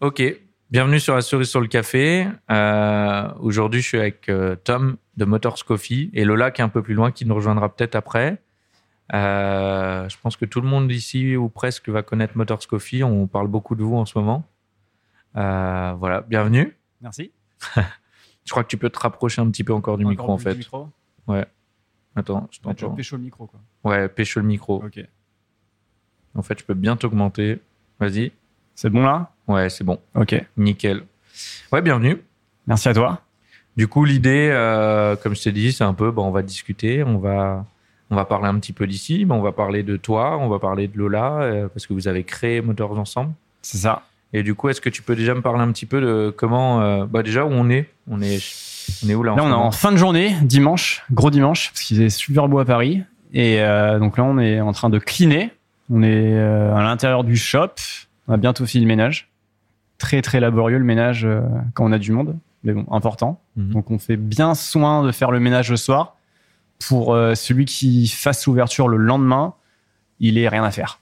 Ok, bienvenue sur la cerise sur le café. Euh, Aujourd'hui, je suis avec euh, Tom de Motors Coffee et Lola qui est un peu plus loin, qui nous rejoindra peut-être après. Euh, je pense que tout le monde ici ou presque va connaître Motors Coffee. On parle beaucoup de vous en ce moment. Euh, voilà, bienvenue. Merci. Je crois que tu peux te rapprocher un petit peu encore du Encore micro en plus du fait. micro. Attends, je Ah, tu t'entends. repêches au micro, quoi. Ouais, pécho le micro. Ok. En fait, je peux bien t'augmenter. Vas-y. C'est bon là Ouais, c'est bon. Ok. Nickel. Ouais, bienvenue. Merci à toi. Du coup, l'idée, euh, comme je t'ai dit, c'est un peu, bon, on va discuter, on va, on va parler un petit peu d'ici, mais on va parler de toi, on va parler de Lola, euh, parce que vous avez créé Motors ensemble. C'est ça. Et du coup, est-ce que tu peux déjà me parler un petit peu de comment, euh, bah déjà où on est, on est, on est où là en Là, ce on est moment en fin de journée, dimanche, gros dimanche, parce qu'il est super beau à Paris. Et euh, donc là, on est en train de cleaner. On est euh, à l'intérieur du shop. On a bientôt fini le ménage. Très, très laborieux le ménage euh, quand on a du monde. Mais bon, important. Mhm. Donc on fait bien soin de faire le ménage le soir. Pour euh, celui qui fasse l'ouverture le lendemain, il ait rien à faire.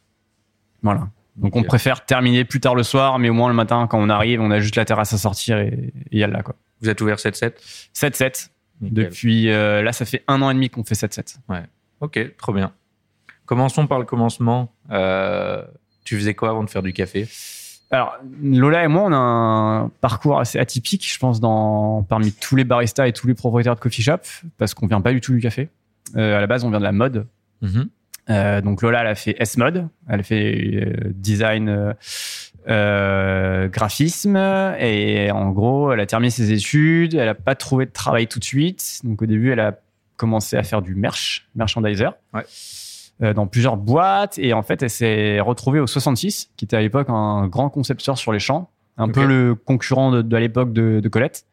Voilà. Donc on Ok. préfère terminer plus tard le soir, mais au moins le matin, quand on arrive, on a juste la terrasse à sortir et et y a là, quoi. Vous êtes ouvert 7-7 7-7. Nickel. Depuis euh, là, ça fait un an et demi qu'on fait 7-7. Ok, trop bien. Commençons par le commencement. Euh, tu faisais quoi avant de faire du café Alors, Lola et moi, on a un parcours assez atypique, je pense, dans, parmi tous les baristas et tous les propriétaires de coffee shop, parce qu'on vient pas du tout du café. Euh, à la base, on vient de la mode. Mhm. Euh, donc Lola, elle a fait S-Mode, elle a fait euh, design, euh, euh, graphisme, et en gros, elle a terminé ses études, elle n'a pas trouvé de travail tout de suite. Donc au début, elle a commencé à faire du merch, merchandiser, Ouais. euh, dans plusieurs boîtes, et en fait, elle s'est retrouvée au 66, qui était à l'époque un grand concepteur sur les champs, un Ok. peu le concurrent de, de à l'époque de, de Colette.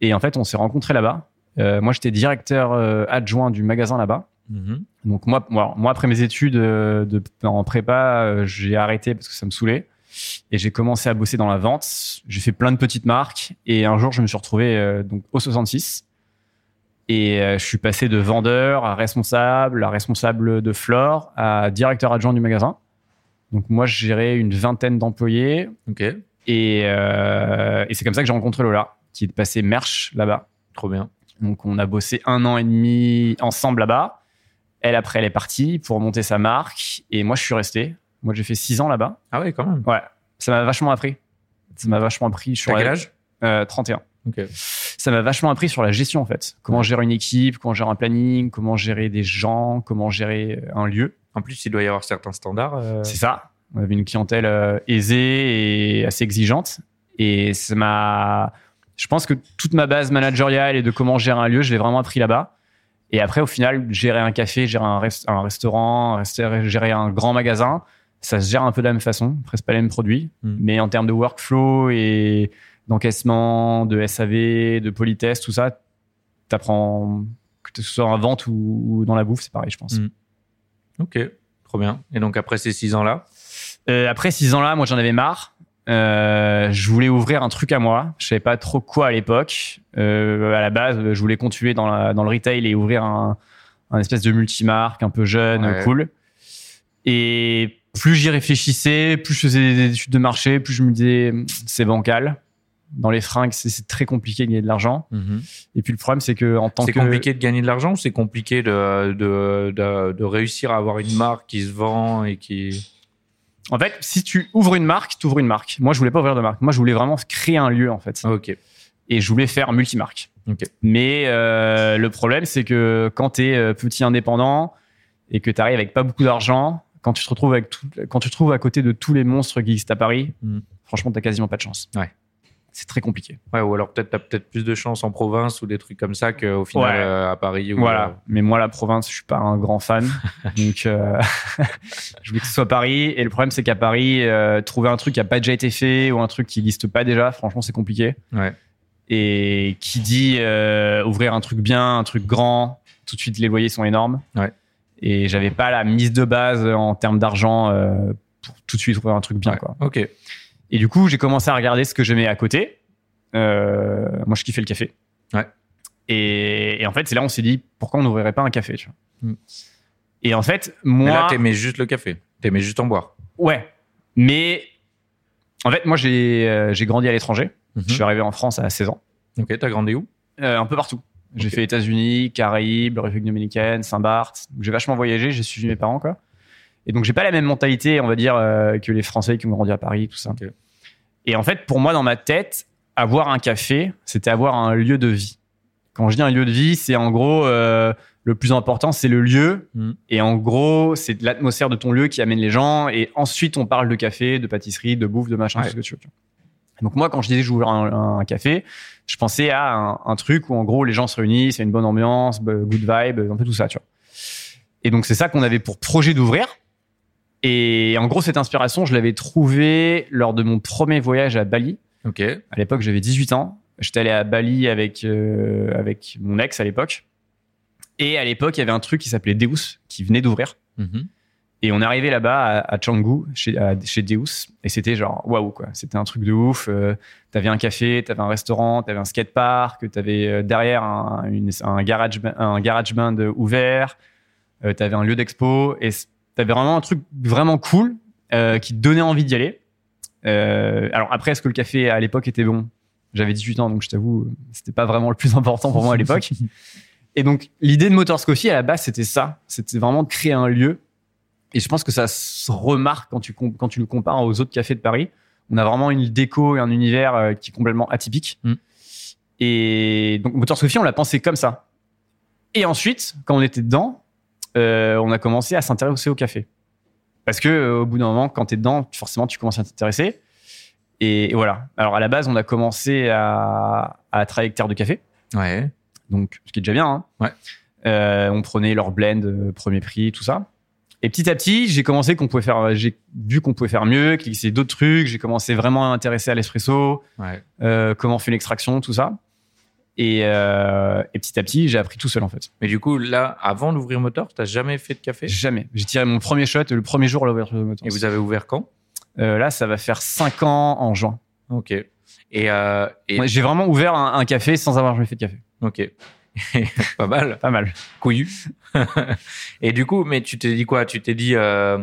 Et en fait, on s'est rencontrés là-bas. Euh, moi, j'étais directeur euh, adjoint du magasin là-bas. Mhm. Donc moi, moi, moi, après mes études euh, de, en prépa, euh, j'ai arrêté parce que ça me saoulait. Et j'ai commencé à bosser dans la vente. J'ai fait plein de petites marques. Et un jour, je me suis retrouvé euh, donc, au 66. Et euh, je suis passé de vendeur à responsable, à responsable de flore, à directeur adjoint du magasin. Donc moi, je gérais une vingtaine d'employés. Ok, Et, euh, et c'est comme ça que j'ai rencontré Lola, qui est passée merch là-bas. trop bien. Donc on a bossé un an et demi ensemble là-bas. Elle après elle est partie pour monter sa marque et moi je suis resté. Moi j'ai fait six ans là-bas. Ah ouais, quand même. Ouais, ça m'a vachement appris. Ça m'a vachement appris sur T'as quel la- âge euh, 31. Ok. Ça m'a vachement appris sur la gestion en fait. Comment Ouais. gérer une équipe, comment gérer un planning, comment gérer des gens, comment gérer un lieu. En plus, il doit y avoir certains standards. euh, C'est ça. On avait une clientèle euh, aisée et assez exigeante. Et ça m'a. Je pense que toute ma base managériale et de comment gérer un lieu, je l'ai vraiment appris là-bas. Et après, au final, gérer un café, gérer un, rest- un restaurant, rester- gérer un grand magasin, ça se gère un peu de la même façon, presque pas les mêmes produits. Mm. Mais en termes de workflow et d'encaissement, de SAV, de politesse, tout ça, t'apprends, que ce soit en vente ou, ou dans la bouffe, c'est pareil, je pense. Mm. Ok, trop bien. Et donc après ces six ans-là, Euh, après six ans là, moi j'en avais marre. Euh, je voulais ouvrir un truc à moi. Je savais pas trop quoi à l'époque. Euh, à la base, je voulais continuer dans, la- dans le retail et ouvrir un, un espèce de multimarque un peu jeune, Ouais. cool. Et plus j'y réfléchissais, plus je faisais des études de marché, plus je me disais c'est bancal. Dans les fringues, c'est- c'est très compliqué de gagner de l'argent. Et puis le problème, c'est que en Mhm. tant c'est que compliqué de gagner de l'argent ou c'est compliqué de, de, de, de réussir à avoir une marque qui se vend et qui... en fait, si tu ouvres une marque, tu ouvres une marque. Moi, je voulais pas ouvrir de marque. Moi, je voulais vraiment créer un lieu en fait. Ah, ok, et je voulais faire multimarque. Ok. Mais euh, le problème, c'est que quand tu es petit indépendant et que tu arrives avec pas beaucoup d'argent, quand tu te retrouves avec tout- quand tu te trouves à côté de tous les monstres qui existent à Paris, Mm. franchement, t'as quasiment pas de chance. Ouais. C'est très compliqué. Ouais, ou alors peut-être tu as peut-être plus de chance en province ou des trucs comme ça qu'au final Ouais. euh, à Paris. Ou, Voilà. Mais moi, la province, je suis pas un grand fan. donc, euh, je voulais que ce soit Paris. Et le problème, c'est qu'à Paris, euh, trouver un truc qui a pas déjà été fait ou un truc qui existe pas déjà, franchement, c'est compliqué. euh, Ouais. Et qui dit euh, ouvrir un truc bien, un truc grand, tout de suite, les loyers sont énormes. Ouais. Et j'avais pas la mise de base en termes d'argent euh, pour tout de suite ouvrir un truc bien, Ouais. quoi. Ok, Et du coup, j'ai commencé à regarder ce que j'aimais à côté. Euh, moi, je kiffais le café. Ouais. Et, et en fait, c'est là où on s'est dit pourquoi on n'ouvrirait pas un café, tu vois. Mm. Et en fait, mais moi, là t'aimais juste le café, t'aimais juste en boire. ouais, mais En fait, moi, j'ai euh, j'ai grandi à l'étranger. Mm-hmm. Je suis arrivé en France à 16 ans, Ok, t'as grandi où Euh, un peu partout. J'ai Ok. fait États-Unis, Caraïbes, République dominicaine, Saint-Barth. Donc, J'ai vachement voyagé, j'ai suivi mes parents, quoi. Et donc, j'ai pas la même mentalité, on va dire, euh, que les Français qui ont grandi à Paris, tout ça. Ok. Et en fait, pour moi, dans ma tête, avoir un café, c'était avoir un lieu de vie. Quand je dis un lieu de vie, c'est en gros, euh, le plus important, c'est le lieu. Mhm. Et en gros, c'est de l'atmosphère de ton lieu qui amène les gens. Et ensuite, on parle de café, de pâtisserie, de bouffe, de machin, Ouais. tout ce que tu veux. tu vois. Donc moi, quand je disais que j'ouvrais un, un café, je pensais à un, un truc où en gros les gens se réunissent, il y a une bonne ambiance, b- good vibe, un peu tout ça, tu vois. Et donc c'est ça qu'on avait pour projet d'ouvrir. Et en gros, cette inspiration, je l'avais trouvée lors de mon premier voyage à Bali. Ok. À l'époque, j'avais 18 ans. J'étais allé à Bali avec, euh, avec mon ex à l'époque. Et à l'époque, il y avait un truc qui s'appelait Deus, qui venait d'ouvrir. Mhm. Et on est arrivé là-bas à, à Canggu, chez, à- chez Deus, et c'était genre waouh quoi. C'était un truc de ouf. Euh, t'avais un café, t'avais un restaurant, t'avais un skatepark, t'avais euh, derrière un, une- un garage ba- un garage band ouvert, euh, t'avais un lieu d'expo et c- t'avais vraiment un truc vraiment cool euh, qui te donnait envie d'y aller. Euh, alors après, est-ce que le café à l'époque était bon J'avais 18 ans, donc je t'avoue, euh, c'était pas vraiment le plus important pour moi à l'époque. Et donc l'idée de Motors Coffee à la base, c'était ça. C'était vraiment de créer un lieu et je pense que ça se remarque quand tu, com- quand tu le compares aux autres cafés de Paris. On a vraiment une déco et un univers euh, qui est complètement atypique. Mm. Et donc, Motor Sophie, on l'a pensé comme ça. Et ensuite, quand on était dedans, euh, on a commencé à s'intéresser au café. Parce que euh, au bout d'un moment, quand tu es dedans, forcément, tu commences à t'intéresser. Et, et voilà. Alors, à la base, on a commencé à, à travailler avec Terre de Café. Ouais. Donc, ce qui est déjà bien. hein. Ouais. Euh, on prenait leur blend, euh, premier prix, tout ça. Et petit à petit, j'ai commencé qu'on pouvait faire, j'ai vu qu'on pouvait faire mieux, qu'il existait d'autres trucs. J'ai commencé vraiment à m'intéresser à l'espresso, Ouais. euh, comment on fait l'extraction, tout ça. Et, euh, et petit à petit, j'ai appris tout seul en fait. Mais du coup, là, avant d'ouvrir Motors, t'as jamais fait de café Jamais. J'ai tiré mon premier shot le premier jour à l'ouverture de moteur. Et vous avez ouvert quand Euh, là, ça va faire 5 ans en juin. Ok. Et, euh, et- Ouais, J'ai vraiment ouvert un, un café sans avoir jamais fait de café. ok. Pas mal. Pas mal. Couillu. et du coup, mais tu t'es dit quoi Tu t'es dit euh,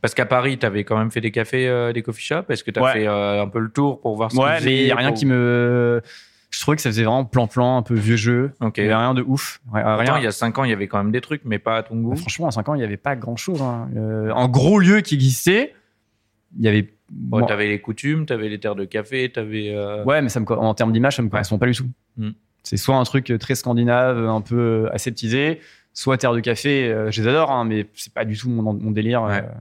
parce qu'à Paris, t'avais quand même fait des cafés, euh, des coffee shops. Est-ce que t'as Ouais. fait euh, un peu le tour pour voir ce Ouais, qu'ils mais il n'y a faisaient, rien pour- qui me. Je trouvais que ça faisait vraiment plan-plan, un peu vieux jeu. Ok. Il n'y avait rien de ouf. Rien. Pourtant, il y a 5 ans, il y avait quand même des trucs, mais pas à ton Bah, goût. franchement, à 5 ans, il n'y avait pas grand-chose. hein. Euh, un gros lieu qui existait, il y avait. Bon, Bon, T'avais les coutumes, t'avais les terres de café, t'avais. euh, ouais, mais ça me, co- en termes d'image, ça me correspond pas du tout. Hmm. C'est soit un truc euh, très scandinave, un peu euh, aseptisé, soit terre de café. euh, je les adore, hein, mais c'est pas du tout mon, mon délire. Ouais. euh,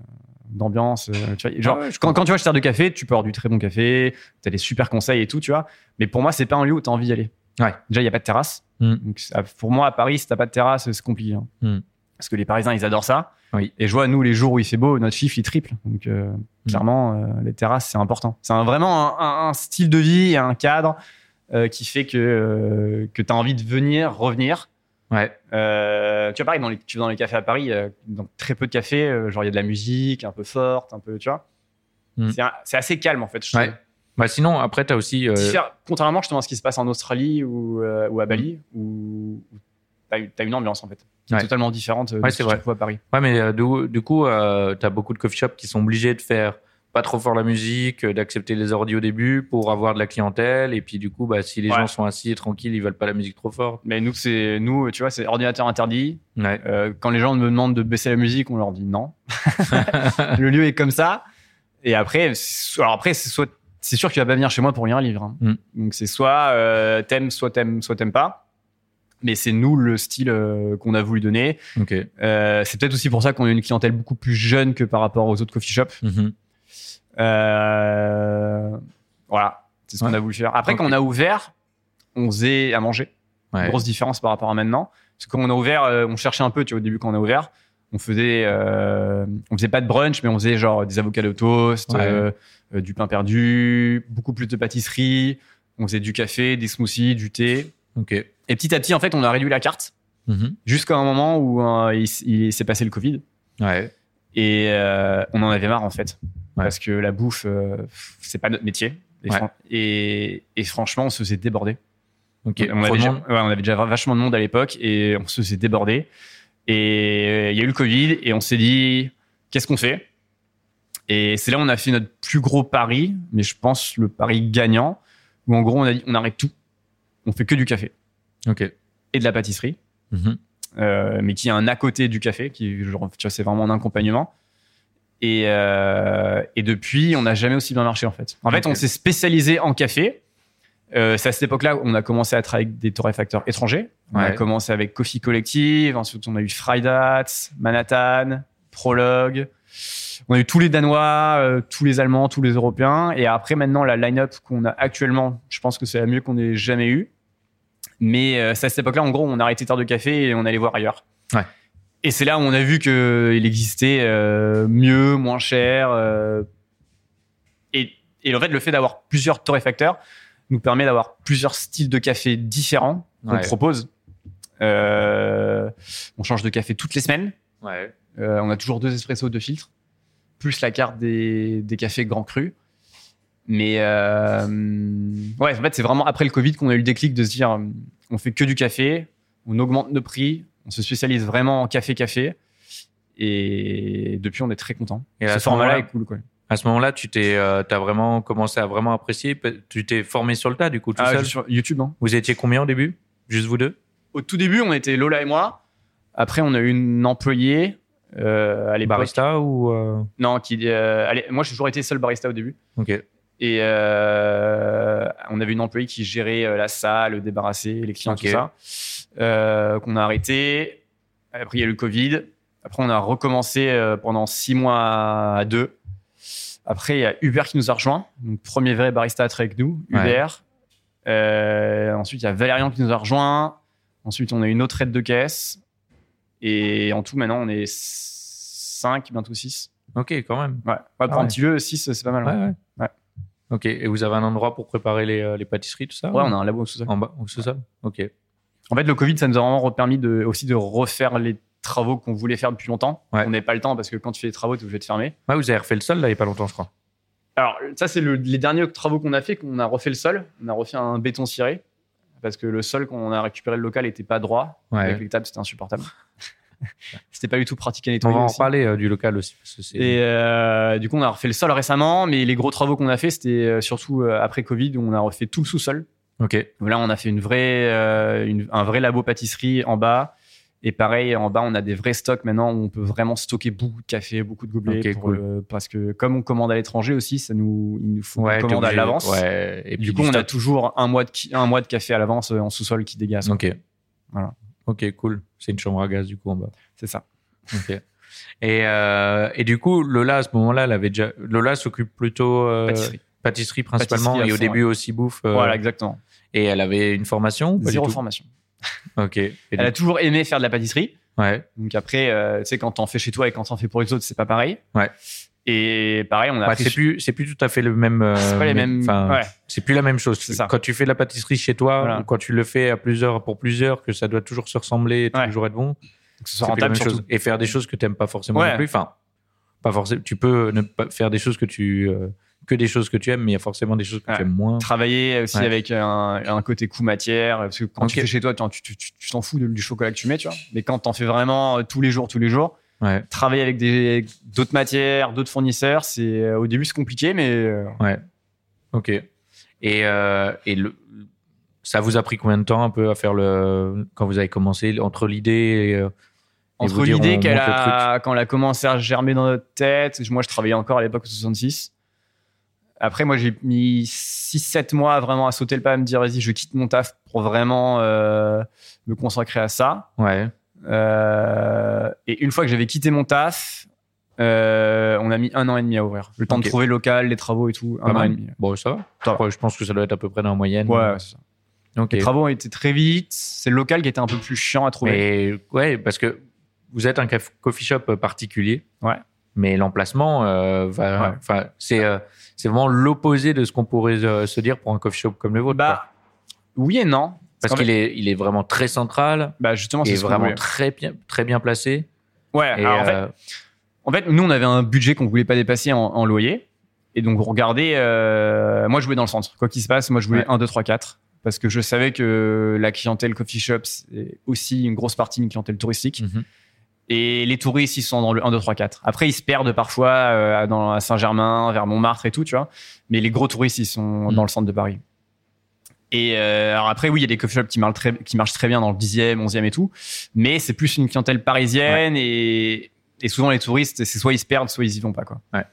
d'ambiance, euh, tu vois. genre Ah ouais, je quand, quand tu vas chez Terre de Café, tu peux avoir du très bon café, t'as des super conseils et tout, tu vois. Mais pour moi, c'est pas un lieu où t'as envie d'y aller. Ouais. Déjà, il y a pas de terrasse. Mm. Donc, ça- pour moi, à Paris, si t'as pas de terrasse, c'est compliqué. hein. Mm. Parce que les Parisiens, ils adorent ça. Oui. Mm. Et je vois, nous, les jours où il fait beau, notre chiffre, il triple. Donc, euh, clairement, euh, les terrasses, c'est important. C'est un- vraiment un, un- un style de vie, et un cadre euh, qui fait que, euh, que t'as envie de venir, revenir. Ouais. Euh, tu vois, pareil, dans les, tu vas dans les cafés à Paris, euh, dans très peu de cafés, euh, genre il y a de la musique un peu forte, un peu, tu vois. Mm. C'est un- C'est assez calme en fait. Je Ouais. trouve. Bah sinon, après, t'as aussi. euh, Diffère- contrairement justement à ce qui se passe en Australie ou, euh, ou à Bali, où, où t'as une- t'as une ambiance en fait. qui est Mm. Ouais. Totalement différente euh, de Ouais, ce c'est que tu vrai. trouves à Paris. Ouais, mais euh, du, du coup, euh, t'as beaucoup de coffee shops qui sont obligés de faire pas trop fort la musique, euh, d'accepter les ordi au début pour avoir de la clientèle. Et puis, du coup, bah, si les Ouais. gens sont assis et tranquilles, ils veulent pas la musique trop forte. Mais nous, c'est nous, tu vois, c'est ordinateur interdit. Ouais. Euh, quand les gens me demandent de baisser la musique, on leur dit non. le lieu est comme ça. Et après, c'est- alors après, c'est soit c'est sûr que tu vas pas venir chez moi pour lire un livre. hein. Mm. Donc c'est soit euh, t'aimes, soit t'aimes, soit t'aimes pas. Mais c'est nous le style euh, qu'on a voulu donner. Ok. Euh, c'est peut-être aussi pour ça qu'on a une clientèle beaucoup plus jeune que par rapport aux autres coffee shops. Mhm. Euh, voilà, c'est ce qu'on Ouais. a voulu faire. Après, Ok. quand on a ouvert, on faisait à manger Ouais. grosse différence par rapport à maintenant. Parce que quand on a ouvert, euh, on cherchait un peu, tu vois, au début quand on a ouvert, on faisait, euh, on faisait pas de brunch, mais on faisait genre des avocats au toast, Ouais. euh, euh, du pain perdu, beaucoup plus de pâtisserie, on faisait du café, des smoothies, du thé. Ok. Et petit à petit, en fait, on a réduit la carte Mhm. jusqu'à un moment où euh, il, s- il s'est passé le Covid Ouais. et euh, on en avait marre en fait, Ouais. parce que la bouffe, euh, pff, c'est pas notre métier. Et, Ouais. fran- et- et franchement, on se faisait déborder. Ok. On, Trop avait de déjà, monde. ouais, on avait déjà vachement de monde à l'époque et on se faisait déborder. Et euh, il y a eu le Covid et on s'est dit, qu'est-ce qu'on fait Et c'est là où on a fait notre plus gros pari, mais je pense le pari gagnant, où en gros on a dit on arrête tout, on fait que du café Ok. et de la pâtisserie, Mhm. euh, mais qui est un à côté du café, qui genre, tu vois, c'est vraiment un accompagnement. Et, euh, et depuis, on n'a jamais aussi bien marché en fait. En fait, Ok. on s'est spécialisé en café. Euh, c'est à cette époque-là où on a commencé à travailler avec des torréfacteurs étrangers. On a Ouais. commencé avec Coffee Collective, ensuite on a eu Freidats, Manhattan, Prologue. On a eu tous les Danois, euh, tous les Allemands, tous les Européens. Et après, maintenant, la line-up qu'on a actuellement, je pense que c'est la mieux qu'on ait jamais eue. Mais euh, c'est à cette époque-là, en gros, on arrêtait Terre de Café et on allait voir ailleurs. Ouais. Et c'est là où on a vu qu'il existait euh, mieux, moins cher. euh, et, et en fait, le fait d'avoir plusieurs torréfacteurs nous permet d'avoir plusieurs styles de café différents qu'on Ouais. propose. Euh, on change de café toutes les semaines. Ouais. Euh, on a toujours deux espressos, deux filtres, plus la carte des, des cafés grands crus. Mais euh, ouais, en fait, c'est vraiment après le Covid qu'on a eu le déclic de se dire euh, on fait que du café, on augmente nos prix, on se spécialise vraiment en café-café. Et depuis, on est très content. Et à Ce ce moment-là, format-là est cool. Quoi. À ce moment-là, tu t'es, euh, t'as vraiment commencé à vraiment apprécier. Pe- Tu t'es formé sur le tas, du coup, tout Ah, seul. juste sur YouTube, hein. Vous étiez combien au début Juste vous deux Au tout début, on était Lola et moi. Après, on a eu une employée euh, à Les l'époque. baristas ou euh, Non, qui, euh, allez, moi, j'ai toujours été seul barista au début. Ok. Et euh, on avait une employée qui gérait euh, la salle, le débarrasser, les clients, Ok. tout ça, euh, qu'on a arrêté. Après, il y a eu le Covid. Après, on a recommencé euh, pendant six mois à deux. Après, il y a Hubert qui nous a rejoint. Donc, premier vrai barista à travailler avec nous, Ouais. Hubert. Euh, ensuite, il y a Valérian qui nous a rejoint. Ensuite, on a une autre aide de caisse. Et en tout, maintenant, on est cinq, bientôt six. Ok, quand même. Ouais, Ouais, pour Ah ouais. un petit lieu, six, c'est pas mal. hein. Ouais, ouais. Ouais. Ok. Et vous avez un endroit pour préparer les, euh, les pâtisseries, tout ça Ouais, on a un labo sous ça. En bas, au sous-sol Ok. En fait, le Covid, ça nous a vraiment permis de, aussi de refaire les travaux qu'on voulait faire depuis longtemps. Ouais. On n'avait pas le temps parce que quand tu fais les travaux, tu es obligé de fermer. Ouais, vous avez refait le sol, là, il n'y a pas longtemps, je crois. Alors, ça, c'est le- les derniers travaux qu'on a fait, qu'on a refait le sol. On a refait un béton ciré parce que le sol qu'on a récupéré le local n'était pas droit. Avec Ouais. les tables, c'était insupportable. c'était pas du tout pratique à On nettoyer. va en aussi. reparler euh, du local aussi. Parce que c'est... Et euh, du coup, on a refait le sol récemment, mais les gros travaux qu'on a fait, c'était euh, surtout euh, après Covid où on a refait tout le sous-sol. Ok. Là, on a fait une vraie, euh, une- un vrai labo pâtisserie en bas. Et pareil, en bas, on a des vrais stocks maintenant où on peut vraiment stocker beaucoup de café, beaucoup de gobelets. Ok, pour cool. le- parce que comme on commande à l'étranger aussi, ça nous, il nous faut Ouais, une commande t'es à obligé- l'avance. Ouais. Et Et puis du coup, on a stock. toujours un mois de, qui- un mois de café à l'avance euh, en sous-sol qui dégage. Ok. Voilà. Ok, cool. C'est une chambre à gaz, du coup, en bas. C'est ça. Ok. Et, euh, et du coup, Lola, à ce moment-là, elle avait déjà. Lola s'occupe plutôt euh, Pâtisserie. pâtisserie principalement Pâtisserie à et au fond, début aussi bouffe. euh, Voilà, exactement. Et elle avait une formation ou pas Zéro du tout formation. Ok. Et Elle a du- toujours aimé faire de la pâtisserie. Ouais. Donc après, euh, tu sais, quand t'en fais chez toi et quand t'en fais pour les autres, c'est pas pareil. Ouais. Et pareil, on a Bah, appris- c'est plus, c'est plus tout à fait le même. euh, c'est pas les mais- mêmes. enfin, Ouais. C'est plus la même chose. C'est ça. Quand tu fais de la pâtisserie chez toi, Voilà. ou quand tu le fais à plusieurs pour plusieurs, que ça doit toujours se ressembler, et Ouais. toujours être bon. Que ce soit c'est plus la rentable même surtout. chose. Et faire des choses que t'aimes pas forcément Ouais. non plus. Enfin, pas forcément. Tu peux ne pas faire des choses que tu euh, que des choses que tu aimes, mais il y a forcément des choses que Ouais. tu aimes moins. travailler aussi Ouais. avec un, un côté coût matière parce que quand tu Ok. fais chez toi tu- tu tu- tu- tu t'en fous de- du chocolat que tu mets tu vois mais quand t'en fais vraiment euh, tous les jours tous les jours Ouais. travailler avec des d'autres matières d'autres fournisseurs c'est euh, au début c'est compliqué mais euh, Ok. Et, euh, et le, ça vous a pris combien de temps un peu à faire le. Quand vous avez commencé, entre l'idée et. euh, et vous entre dire, l'idée on qu'elle monte le truc. a quand elle a commencé à germer dans notre tête je- moi je travaillais encore à l'époque au 66 après moi j'ai mis 6 7 mois vraiment à sauter le pas à me dire vas-y je quitte mon taf pour vraiment euh, me consacrer à ça Ouais. Euh, et une fois que j'avais quitté mon taf, euh, on a mis un an et demi à ouvrir. Le temps Ok. de trouver le local, les travaux et tout, Pas un an et mal. demi. Bon, ça va. Ça Ouais, Je pense que ça doit être à peu près dans la moyenne. Ouais, c'est ça. Ok. Les travaux ont été très vite. C'est le local qui était un peu plus chiant à trouver. Mais ouais, parce que vous êtes un caf- coffee shop euh, particulier. Ouais. Mais l'emplacement, euh, va- Ouais. enfin, c'est euh, c'est vraiment l'opposé de ce qu'on pourrait euh, se dire pour un coffee shop comme le vôtre. quoi. bah, oui et non. parce en fait- qu'il est, il est vraiment très central Bah, justement, et c'est ce qu'on vraiment voulait. très bien, très bien placé. Ouais, Et, alors, en, fait, euh, en fait, nous, on avait un budget qu'on voulait pas dépasser en, en loyer. Et donc, regardez, euh, moi, je voulais dans le centre. Quoi qu'il se passe, moi, je voulais Ouais. 1, 2, 3, 4. Parce que je savais que la clientèle coffee shop, c'est aussi une grosse partie une clientèle touristique. mhm. Et les touristes, ils sont dans le 1, 2, 3, 4. Après, ils se perdent parfois euh, dans, à Saint-Germain, vers Montmartre et tout, tu vois. Mais les gros touristes, ils sont Mm. dans le centre de Paris. Et euh, alors après, oui, il y a des coffee shops qui marchent très, qui marchent très bien dans le 10e, 11e et tout. Mais c'est plus une clientèle parisienne et, et souvent les touristes, c'est soit ils se perdent, soit ils y vont pas, quoi. Ouais.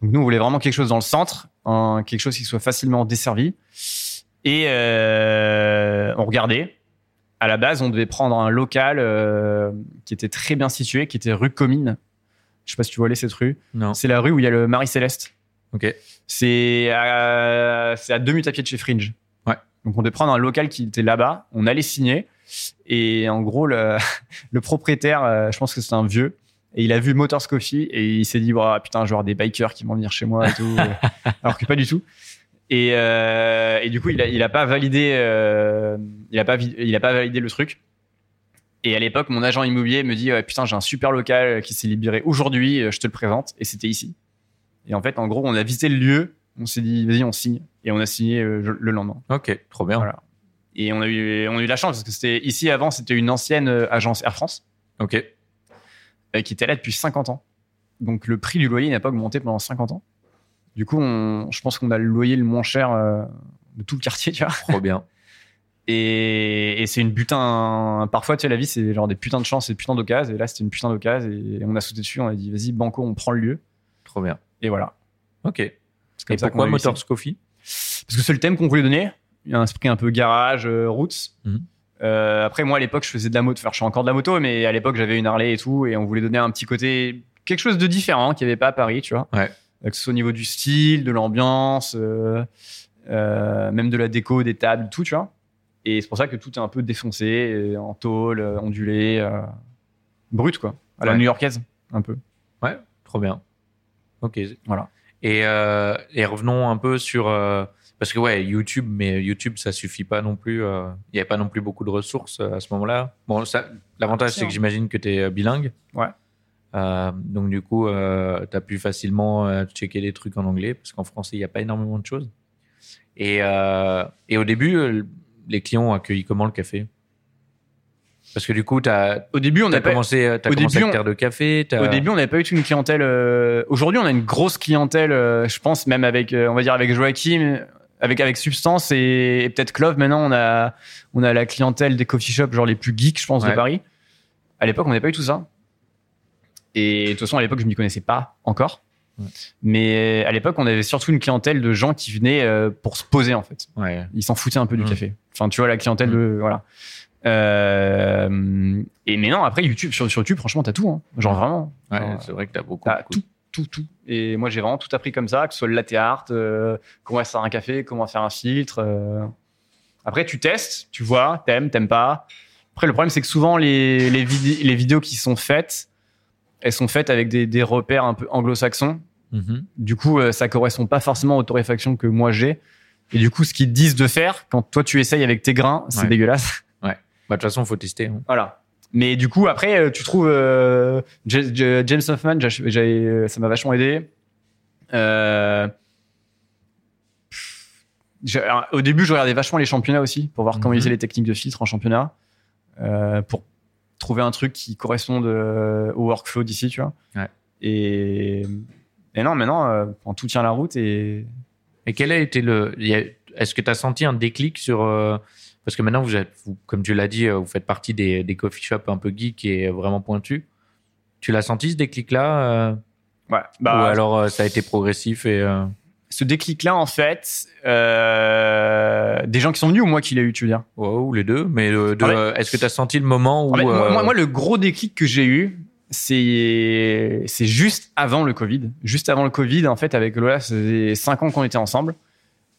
Donc nous, on voulait vraiment quelque chose dans le centre, un- quelque chose qui soit facilement desservi. Et euh, on regardait. À la base, on devait prendre un local euh, qui était très bien situé, qui était rue Comines. Je sais pas si tu vois aller cette rue. Non. C'est la rue où il y a le Marie-Céleste. Hein. Ok. C'est à, c'est à deux minutes à pied de chez Fringe. Ouais. Donc on devait prendre un local qui était là-bas. On allait signer. Et en gros, le, le propriétaire, euh, je pense que c'est un vieux, et il a vu Motors Coffee et il s'est dit Ouah, putain, je vais avoir des bikers qui vont venir chez moi et tout. Alors que pas du tout. Et, euh, et du coup, il a, il a pas validé, euh, il a pas, vi- il a pas validé le truc. Et à l'époque, mon agent immobilier me dit Ouais, putain, j'ai un super local qui s'est libéré aujourd'hui, euh, je te le présente. Et c'était ici. Et en fait, en gros, on a visité le lieu, on s'est dit vas-y, on signe. Et on a signé euh, je- le lendemain. Ok, trop bien. Voilà. Et on a eu, on a eu de la chance parce que c'était ici avant, c'était une ancienne euh, agence Air France Ok. euh, qui était là depuis 50 ans. Donc le prix du loyer n'a pas augmenté pendant 50 ans. Du coup, on- je pense qu'on a le loyer le moins cher euh, de tout le quartier, tu vois. Trop bien. Et, et c'est une putain. Parfois, tu sais, la vie, c'est genre des putains de chances et des putains d'occases. Et là, c'était une putain d'occases. Et on a sauté dessus, on a dit, vas-y, Banco, on prend le lieu. Trop bien. Et voilà. Ok. Et C'est comme ça pourquoi qu'on a eu Motors Coffee ça. Parce que c'est le thème qu'on voulait donner. Il y a un esprit un peu garage, euh, route. Mhm. Euh, après, moi, à l'époque, je faisais de la moto. Enfin, je fais encore de la moto, mais à l'époque, j'avais une Harley et tout. Et on voulait donner un petit côté, quelque chose de différent qu'il n'y avait pas à Paris, tu vois. Ouais. Euh, Que ce soit au niveau du style, de l'ambiance, euh, euh, même de la déco, des tables, tout, tu vois. Et c'est pour ça que tout est un peu défoncé, euh, en tôle, euh, ondulé, euh, brut, quoi. À la Ouais. new-yorkaise, un peu. Trop bien. Ok. Voilà. Et, euh, et revenons un peu sur. euh, parce que, ouais, YouTube, mais YouTube, ça suffit pas non plus. euh, Il y n'y a pas non plus beaucoup de ressources euh, à ce moment-là. Bon, ça, l'avantage, Bien c'est sûr. que j'imagine que tu es bilingue. Ouais. Euh, donc, du coup, tu as pu facilement euh, checker des trucs en anglais, parce qu'en français, il n'y a pas énormément de choses. Et, euh, et au début, euh, les clients ont accueilli comment le café Parce que, du coup, tu as, Au début, on a pas- commencé, euh, t'as au commencé début, avec on- Terre de Café. t'as- Au début, on n'avait pas eu toute une clientèle. euh, Aujourd'hui, on a une grosse clientèle, euh, je pense, même avec, euh, on va dire, avec Joachim, avec, avec Substance et, et peut-être Clove. Maintenant, on a, on a la clientèle des coffee shops, genre les plus geeks, je pense, Ouais. de Paris. À l'époque, on n'avait pas eu tout ça. Et de toute façon, à l'époque, je m'y connaissais pas encore. Ouais. Mais à l'époque, on avait surtout une clientèle de gens qui venaient euh, pour se poser, en fait Ouais. ils s'en foutaient un peu du Mm. café. Enfin, tu vois, la clientèle Mm. de. Voilà. Euh, et mais non, après, YouTube, sur, sur YouTube, franchement, t'as tout. hein. Genre vraiment. Ouais, Genre, c'est vrai que t'as beaucoup. t'as beaucoup tout, tout, tout. Et moi, j'ai vraiment tout appris comme ça, que ce soit le latte art, euh, comment faire un café, comment faire un filtre. euh. Après, tu testes, tu vois, t'aimes, t'aimes pas. Après, le problème, c'est que souvent, les, les, vid- les vidéos qui sont faites, elles sont faites avec des, des repères un peu anglo-saxons. Mhm. Du coup, euh, ça correspond pas forcément aux torréfactions que moi j'ai. Et du coup, ce qu'ils disent de faire, quand toi tu essayes avec tes grains, c'est Ouais. dégueulasse. Bah, de toute façon, faut tester. hein. Voilà. Mais du coup, après, euh, tu trouves euh, J- J- James Hoffman, j'a- j'avais- euh, ça m'a vachement aidé. Euh, pff, j'ai- alors, au début, je regardais vachement les championnats aussi pour voir comment Mhm. ils faisaient les techniques de filtre en championnat euh, pour trouver un truc qui corresponde euh, au workflow d'ici, tu vois. Ouais. Et, et non, maintenant, euh, tout tient la route et Et quel a été le. il y a- Est-ce que tu as senti un déclic sur. euh, Parce que maintenant, vous êtes, vous- comme tu l'as dit, euh, vous faites partie des, des coffee shops un peu geek et vraiment pointus. Tu l'as senti ce déclic-là euh, Ouais. Bah, Ou alors euh, ça a été progressif et. euh, ce déclic-là, en fait, euh, des gens qui sont venus ou moi qui l'ai eu, tu veux dire ouais, ou les deux. Mais euh, de- Ah ouais. euh, est-ce que tu as senti le moment où. En fait, Ah ben, moi, euh, moi- moi, le gros déclic que j'ai eu, c'est c'est juste avant le Covid. Juste avant le Covid, en fait, avec Lola, ça faisait 5 ans qu'on était ensemble.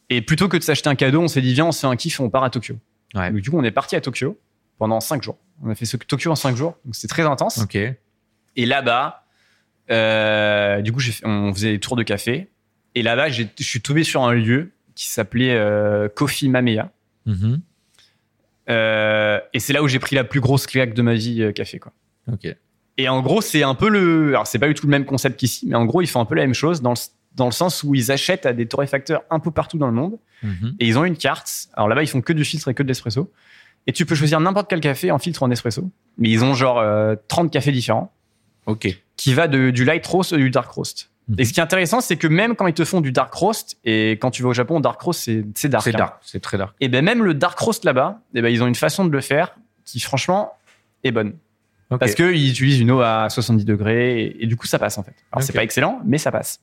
Et plutôt que de s'acheter un cadeau, on s'est dit, viens, on se fait un kiff, on part à Tokyo. Ouais. Donc, du coup, on est parti à Tokyo pendant 5 jours. On a fait ce- Tokyo en 5 jours, donc c'était très intense. Ok. Et là-bas, euh, du coup, j'ai fait- on faisait des tours de café. Et là-bas, j'ai- je suis tombé sur un lieu qui s'appelait euh, Coffee Mamea. Mhm. Euh, et c'est là où j'ai pris la plus grosse claque de ma vie euh, café, quoi. Ok. Et en gros, c'est un peu le. Alors, c'est pas du tout le même concept qu'ici, mais en gros, ils font un peu la même chose dans le, dans le sens où ils achètent à des torréfacteurs un peu partout dans le monde Mhm. et ils ont une carte. Alors là-bas, ils font que du filtre et que de l'espresso. Et tu peux choisir n'importe quel café en filtre en espresso. Mais ils ont genre euh, 30 cafés différents Ok. qui va de, du light roast au du dark roast. Mhm. Et ce qui est intéressant, c'est que même quand ils te font du dark roast, et quand tu vas au Japon, dark roast, c'est c'est dark. C'est hein. dark, c'est très dark. Et ben même le dark roast là-bas, eh ben, ils ont une façon de le faire qui, franchement, est bonne. Ok. Parce qu'ils utilisent une eau à 70 degrés et, et du coup ça passe en fait. Alors c'est Ok. pas excellent, mais ça passe.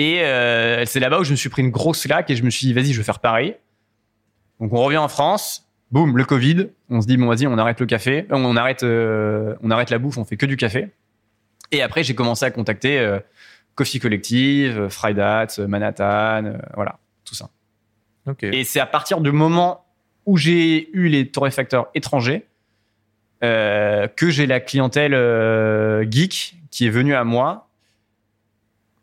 Et euh, c'est là-bas où je me suis pris une grosse claque et je me suis dit vas-y je vais faire pareil. Donc on revient en France, boum le Covid, on se dit bon vas-y on arrête le café, Euh, on arrête euh, on arrête la bouffe, on fait que du café. Et après j'ai commencé à contacter euh, Coffee Collective, euh, Fried Hat, euh, Manhattan, euh, voilà tout ça. Ok. Et c'est à partir du moment où j'ai eu les torréfacteurs étrangers euh, que j'ai la clientèle euh, geek qui est venue à moi.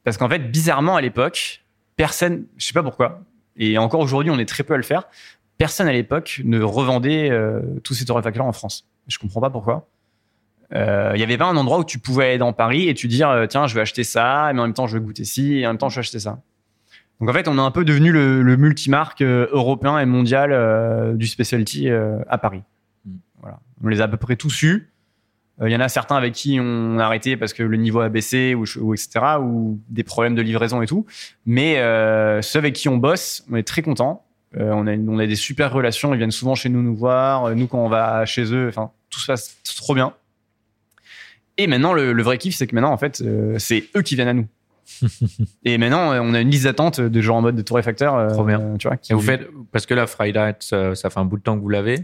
Parce qu'en fait, bizarrement à l'époque, personne, je sais pas pourquoi, et encore aujourd'hui, on est très peu à le faire, personne à l'époque ne revendait euh, tous ces torréfacteurs en France. Je comprends pas pourquoi. Euh, Il y avait pas un endroit où tu pouvais aller dans Paris et tu dire euh, tiens je vais acheter ça mais en même temps je vais goûter ci et en même temps je vais acheter ça donc en fait, on est un peu devenu le, le multimarque euh, européen et mondial euh, du specialty euh, à Paris. Mm. Voilà. On les a à peu près tous eus. Euh, Il y en a certains avec qui on a arrêté parce que le niveau a baissé ou, ch- ou etc. ou des problèmes de livraison et tout. Mais euh, ceux avec qui on bosse, on est très contents. Euh, on, a, une- on a des super relations. Ils viennent souvent chez nous nous voir. Euh, Nous, quand on va chez eux, enfin, tout se passe trop bien. Et maintenant, le, le vrai kiff, c'est que maintenant, en fait, euh, c'est eux qui viennent à nous. Et maintenant, euh, on a une liste d'attente de genre en mode de torréfacteur. euh, Trop bien. Tu vois, qui- Et vous faites, parce que la Friday, Night, ça, ça fait un bout de temps que vous l'avez. Euh,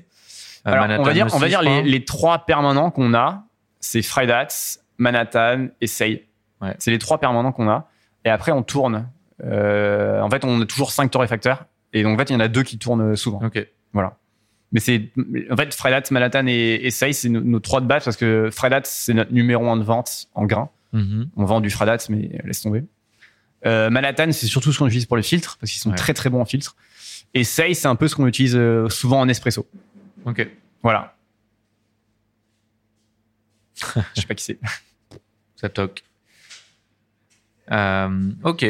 Alors, on Manhattan va dire, on aussi, va je dire crois. les, les trois permanents qu'on a, c'est Fried Hats, Manhattan et Say. Ouais. C'est les trois permanents qu'on a. Et après, on tourne. Euh, en fait, on a toujours cinq torréfacteurs. Et donc, en fait, il y en a deux qui tournent euh, souvent. Ok. Mais c'est, en fait, Fried Hats, Manhattan et, et Say, c'est nos, nos trois de base parce que Fried Hats, c'est notre numéro un de vente en grains. Mhm. On vend du Fried Hats, mais euh, laisse tomber. Euh, Manhattan, c'est surtout ce qu'on utilise pour les filtres parce qu'ils sont Ouais. très très bons en filtre. Et Say, c'est un peu ce qu'on utilise euh, souvent en espresso. Ok. Voilà. Je sais pas qui c'est. Ça toque. Euh, ok.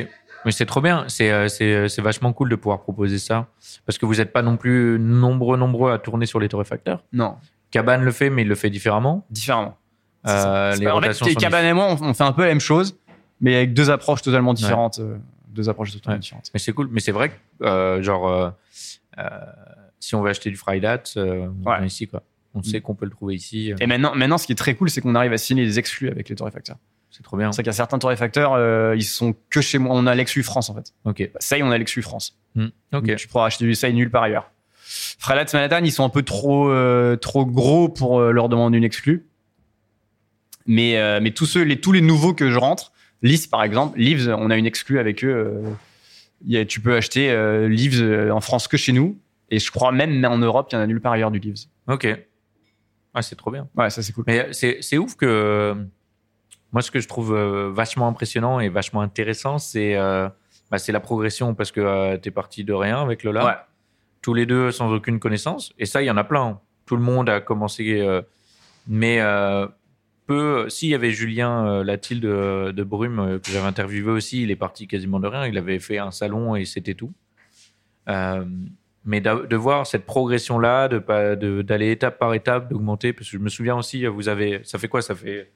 Mais c'est trop bien. C'est, euh, c'est, euh, c'est vachement cool de pouvoir proposer ça. Parce que vous n'êtes pas non plus nombreux, nombreux à tourner sur les torréfacteurs. Non, Cabane le fait, mais il le fait différemment. différemment. C'est ça. Euh, C'est les pas- en fait, rotations sont Cabane et moi, on, on fait un peu la même chose, mais avec deux approches totalement différentes. euh, Deux approches totalement Ouais. différentes. Mais c'est cool. Mais c'est vrai que, euh, genre, euh, euh, si on veut acheter du fried hat, euh, on Ouais. Mm. vient ici, quoi. On sait qu'on peut le trouver ici. euh, Et maintenant, maintenant, ce qui est très cool, c'est qu'on arrive à signer des exclus avec les torréfacteurs. C'est trop bien. C'est qu'il y a certains torréfacteurs, euh, ils sont que chez moi. On a l'exclus France, en fait. Ok. Ça y est, on a l'exclus France. Hmm. Ok. Donc, tu pourras acheter du Sai nul par ailleurs. Fralat Manhattan, ils sont un peu trop, euh, trop gros pour euh, leur demander une exclue. Mais, euh, mais tous, ceux, les, tous les nouveaux que je rentre, Leaves par exemple, Leaves, on a une exclue avec eux. euh, il y a- tu peux acheter euh, Leaves euh, en France que chez nous. Et je crois même en Europe, il y en a nulle part ailleurs du Leaves. Ok. Ah, c'est trop bien. Ouais, ça c'est cool. Mais c'est c'est ouf que euh, moi, ce que je trouve euh, vachement impressionnant et vachement intéressant, c'est euh, bah, c'est la progression parce que tu es parti de rien avec Lola. Ouais. Tous les deux sans aucune connaissance. Et ça, il y en a plein. Tout le monde a commencé. euh, mais euh, peu. S'il y avait Julien euh, Latil de, de Brume euh, que j'avais interviewé aussi, il est parti quasiment de rien. Il avait fait un salon et c'était tout. Euh, mais d'a- de voir cette progression là de pas de- d'aller étape par étape d'augmenter parce que je me souviens aussi vous avez ça fait quoi ça fait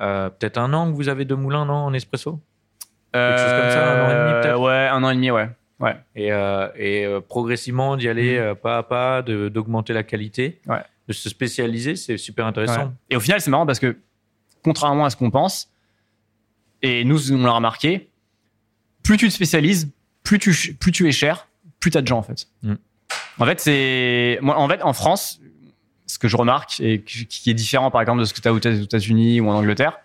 euh, peut-être un an que vous avez deux moulins non en espresso Quelque chose comme ça, un an et demi, peut-être Euh, Ouais, un an et demi, ouais. et, euh, et, euh, progressivement d'y aller euh, pas à pas de- d'augmenter la qualité Mm. Ouais. de se spécialiser c'est super intéressant Ouais. Et au final, c'est marrant parce que, contrairement à ce qu'on pense, et nous, on l'a remarqué, plus tu te spécialises, plus tu, ch- plus tu es cher, plus tu as de gens, en fait. Mm. En fait, c'est. Moi, en fait, en France, ce que je remarque, et qui qui est différent, par exemple, de ce que tu as aux États-Unis ou en Angleterre,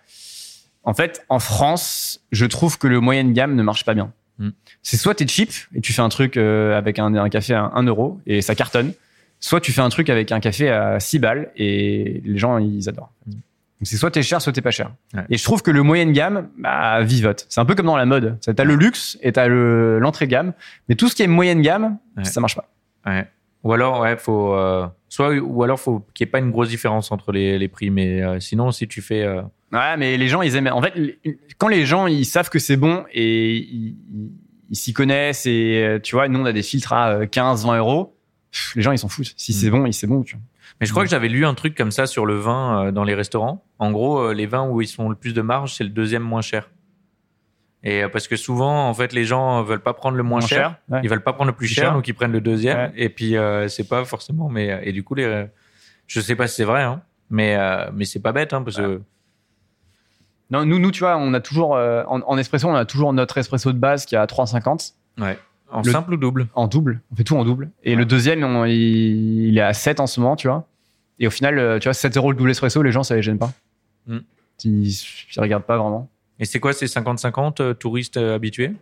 en fait, en France, je trouve que le moyen de gamme ne marche pas bien. Mm. C'est soit tu es cheap et tu fais un truc euh, avec un, un café à 1 euro et ça cartonne, soit tu fais un truc avec un café à 6 balles et les gens ils adorent. Mm. Donc c'est soit t'es cher, soit t'es pas cher. Ouais. Et je trouve que le moyenne gamme bah, vivote. C'est un peu comme dans la mode. Ça, T'as le luxe et t'as le- l'entrée de gamme, mais tout ce qui est moyenne gamme, Ouais. ça marche pas. Ouais. Ou alors, ouais, faut, euh, soit, ou alors faut qu'il n'y ait pas une grosse différence entre les, les prix, mais euh, sinon, si tu fais. euh, Ouais, mais les gens ils aiment. En fait, l- quand les gens ils savent que c'est bon et ils ils- ils s'y connaissent et euh, tu vois, nous on a des filtres à euh, 15, 20 euros. Pff, pff, les gens, ils s'en foutent. Si Mm. c'est bon, c'est bon. Tu vois. Mais je crois que j'avais lu un truc comme ça sur le vin euh, dans les restaurants. En gros, euh, les vins où ils sont le plus de marge, c'est le deuxième moins cher. Et euh, parce que souvent, en fait, les gens veulent pas prendre le moins, cher. ouais. Ils veulent pas prendre le plus Plus cher, cher. donc ils prennent le deuxième. Ouais. Et puis euh, c'est pas forcément. Mais et du coup, les, je sais pas si c'est vrai, hein, mais euh, mais c'est pas bête, hein, parce que Non, nous, nous, tu vois, on a toujours euh, en, en espresso, on a toujours notre espresso de base qui est à 3,50 en Le- simple ou double. en double. On fait tout en double. Et le deuxième, on- il, il est à 7 en ce moment, tu vois. Et au final, euh, tu vois, 7 euros le double espresso, les gens, ça les gêne pas. Mm. Ils, ils regardent pas vraiment. Et c'est quoi ces 50-50 euh, touristes euh, habitués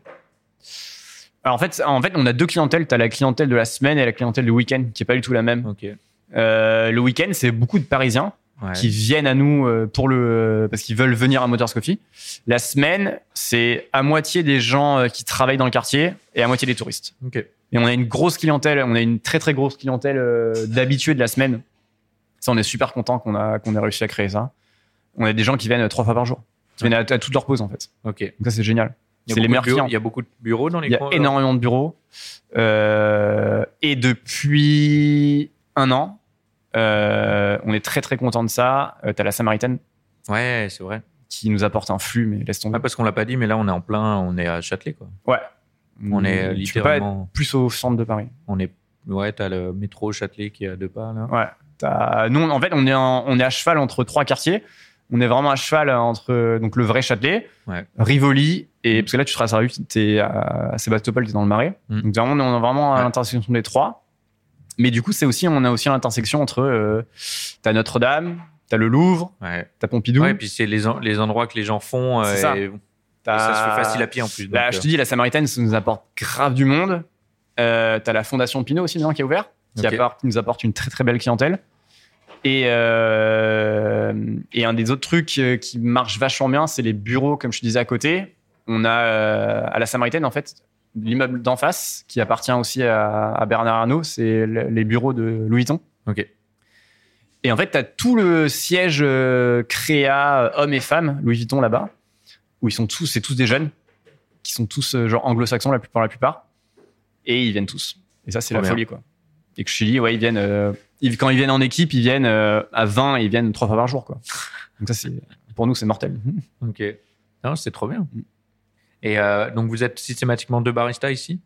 Alors en fait, en fait, on a deux clientèles. Tu as la clientèle de la semaine et la clientèle du week-end, qui est pas du tout la même. Ok. Ouais. Euh, le week-end, c'est beaucoup de Parisiens qui viennent à nous euh, pour le parce qu'ils veulent venir à Motors Coffee. La semaine, c'est à moitié des gens euh, qui travaillent dans le quartier et à moitié des touristes. Ok. Et on a une grosse clientèle, on a une très très grosse clientèle euh, d'habitués de la semaine. Ça, on est super content qu'on a qu'on ait réussi à créer ça. On a des gens qui viennent euh, trois fois par jour, qui viennent à, à toutes leurs pauses en fait. Ok. Il y a Donc ça, c'est génial. beaucoup C'est les de meilleurs bureaux- clients. Il y a beaucoup de bureaux dans les Il y a coins, alors énormément de bureaux. Euh, et depuis un an, euh, on est très très content de ça. Euh, T'as la Samaritaine Ouais, c'est vrai. qui nous apporte un flux, mais laisse tomber. Ah, parce qu'on l'a pas dit, mais là on est en plein, on est à Châtelet quoi. Ouais. On est euh, Mmh. Tu peux pas être littéralement, plus au centre de Paris. on est, ouais, t'as le métro Châtelet qui est à deux pas là. Ouais. T'as- Nous, en fait, on est, en- on est à cheval entre trois quartiers. On est vraiment à cheval entre euh, donc le vrai Châtelet, Ouais. Rivoli, et parce que là, tu seras à Sarreville, t'es à, à Sébastopol, t'es dans le Marais. Mm. Donc vraiment, on est- on est vraiment à Ouais. l'intersection des trois. Mais du coup, c'est aussi, on a aussi l'intersection entre euh, t'as Notre-Dame, t'as le Louvre, Ouais. t'as Pompidou, Ouais, et puis c'est les, en- les endroits que les gens font. euh, C'est ça. et- t'as- Et ça se fait facile à pied en plus. Là, donc, Bah, je euh, te dis, la Samaritaine, ça nous apporte grave du monde. Euh, T'as la Fondation Pinot aussi maintenant qui est ouverte, qui, Ok. apporte- qui nous apporte une très très belle clientèle. Et, euh, et un des autres trucs euh, qui marche vachement bien, c'est les bureaux, comme je te disais à côté. On a euh, à la Samaritaine, en fait, l'immeuble d'en face qui appartient aussi à, à Bernard Arnault, c'est le- les bureaux de Louis Vuitton. Ok. Et en fait, tu as tout le siège euh, créa euh, hommes et femmes Louis Vuitton là-bas, où ils sont tous, c'est tous des jeunes, qui sont tous euh, genre anglo-saxons la plupart, la plupart, et ils viennent tous. Et ça, c'est Trop la bien. folie, quoi. Et que Chili, ouais, ils viennent, euh, ils- quand ils viennent en équipe, ils viennent euh, à 20, ils viennent trois fois par jour, quoi. Donc ça, c'est pour nous, c'est mortel. Ok. Non, c'est trop bien. Et euh, donc, vous êtes systématiquement deux baristas ici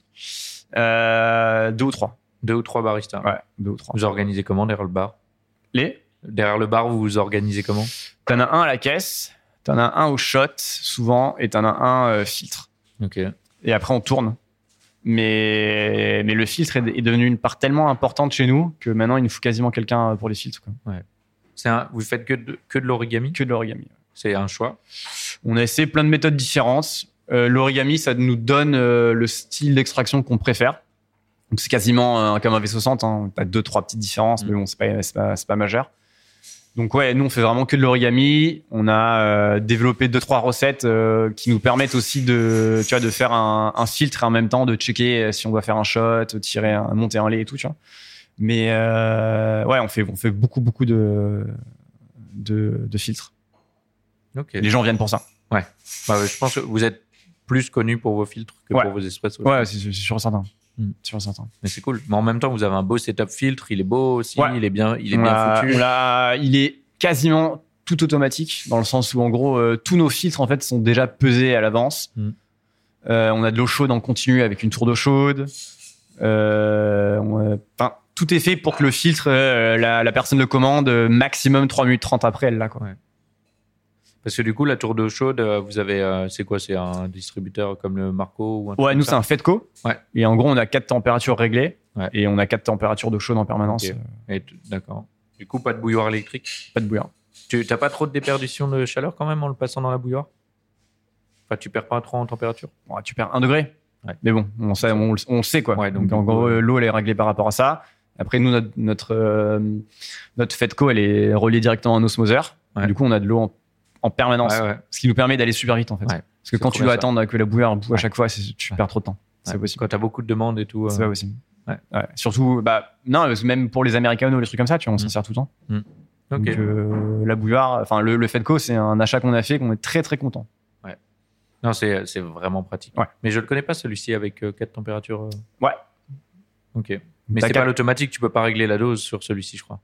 Euh, deux ou trois. Deux ou trois baristas Ouais, deux ou trois. Vous organisez comment derrière le bar Les Derrière le bar, vous vous organisez comment T'en as un à la caisse, t'en as un au shot, souvent, et t'en as un euh, filtre. Ok. et après on tourne. Mais, mais le filtre est, est devenu une part tellement importante chez nous que maintenant il nous faut quasiment quelqu'un pour les filtres. Quoi. C'est un- vous faites que de, que de l'origami Que de l'origami. C'est un choix. On a essayé plein de méthodes différentes. Euh, l'origami, ça nous donne euh, le style d'extraction qu'on préfère. Donc c'est quasiment euh, comme un V60. Hein. T'as deux, trois petites différences, Mm. mais bon, c'est pas, c'est pas, c'est pas majeur. Donc ouais, nous on fait vraiment que de l'origami. On a euh, développé deux, trois recettes euh, qui nous permettent aussi de, tu vois, de faire un, un filtre et en même temps de checker euh, si on doit faire un shot, tirer, un, monter un lait et tout, tu vois. Mais euh, ouais, on fait, on fait beaucoup, beaucoup de, de, de filtres. Ok. Les gens viennent pour ça. Bah, je pense que vous êtes plus connu pour vos filtres que Ouais. pour vos espressos. Ouais, c'est c'est sûr et certain. Mm. Sûr et certain. Mais c'est cool. Mais en même temps, vous avez un beau setup filtre. Il est beau aussi. Ouais. Il est bien, il est On bien l'a- foutu. on l'a- il est quasiment tout automatique dans le sens où en gros euh, tous nos filtres en fait sont déjà pesés à l'avance. Mm. Euh, on a de l'eau chaude en continu avec une tour d'eau chaude. Euh, on a- enfin, tout est fait pour que le filtre, euh, la, la personne le commande euh, maximum 3 minutes 30 après elle là quoi. Parce que du coup, la tour d'eau chaude, euh, vous avez, euh, c'est quoi C'est un distributeur comme le Marco ou un truc Ouais, comme nous ça c'est un Fedco. Ouais. Et en gros on a quatre températures réglées Ouais. et on a quatre températures d'eau chaude en permanence. Ok. Euh, Et t- D'accord. Du coup, pas de bouilloire électrique. Pas de bouillant. Tu n'as pas trop de déperdition de chaleur quand même en le passant dans la bouilloire Enfin, tu perds pas trop en température Ouais, tu perds un degré. Ouais. Mais bon, on, sait, on, le- on le sait quoi. Ouais, donc, donc, en du coup, gros, euh, l'eau elle est réglée par rapport à ça. Après, nous, notre, notre, euh, notre FEDCO elle est reliée directement à un osmoseur. Ouais. Du coup, on a de l'eau en, en permanence, Ouais, ouais. ce qui nous permet d'aller super vite en fait. Ouais. Parce que C'est quand trop tu bien, dois ça. attendre que la bouilloire boue à Ouais. chaque fois, c'est- tu Ouais. perds trop de temps. C'est Ouais. pas possible. Quand tu as beaucoup de demandes et tout. euh, C'est pas possible. Ouais. Surtout, bah, non, parce que même pour les américanos, les trucs comme ça, tu vois, on s'en Mm. sert tout le temps. ok. Donc, euh, la bouilloire, enfin, le, le FEDCO, c'est un achat qu'on a fait qu'on est très très content. Non, c'est c'est vraiment pratique. Ouais. Mais je le connais pas celui-ci avec euh, quatre températures. euh. Ouais. Ok. Mais T'as c'est qu'à- pas l'automatique, tu peux pas régler la dose sur celui-ci, je crois.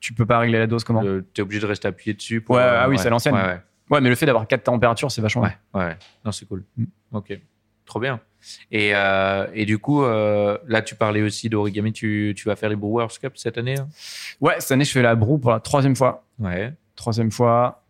Tu peux pas régler la dose comment Euh, T'es obligé de rester appuyé dessus. Pour, euh, Ouais, ah oui, c'est à l'ancienne. Ouais, ouais, Ouais, mais le fait d'avoir quatre températures, c'est vachement. ouais, ouais. Non, c'est cool. Mm. Ok, trop bien. Et, euh, et du coup, euh, là, tu parlais aussi d'origami. Tu, tu vas faire les Brewers Cup cette année hein Ouais, cette année, je fais la broue pour la troisième fois. Ouais. Troisième fois.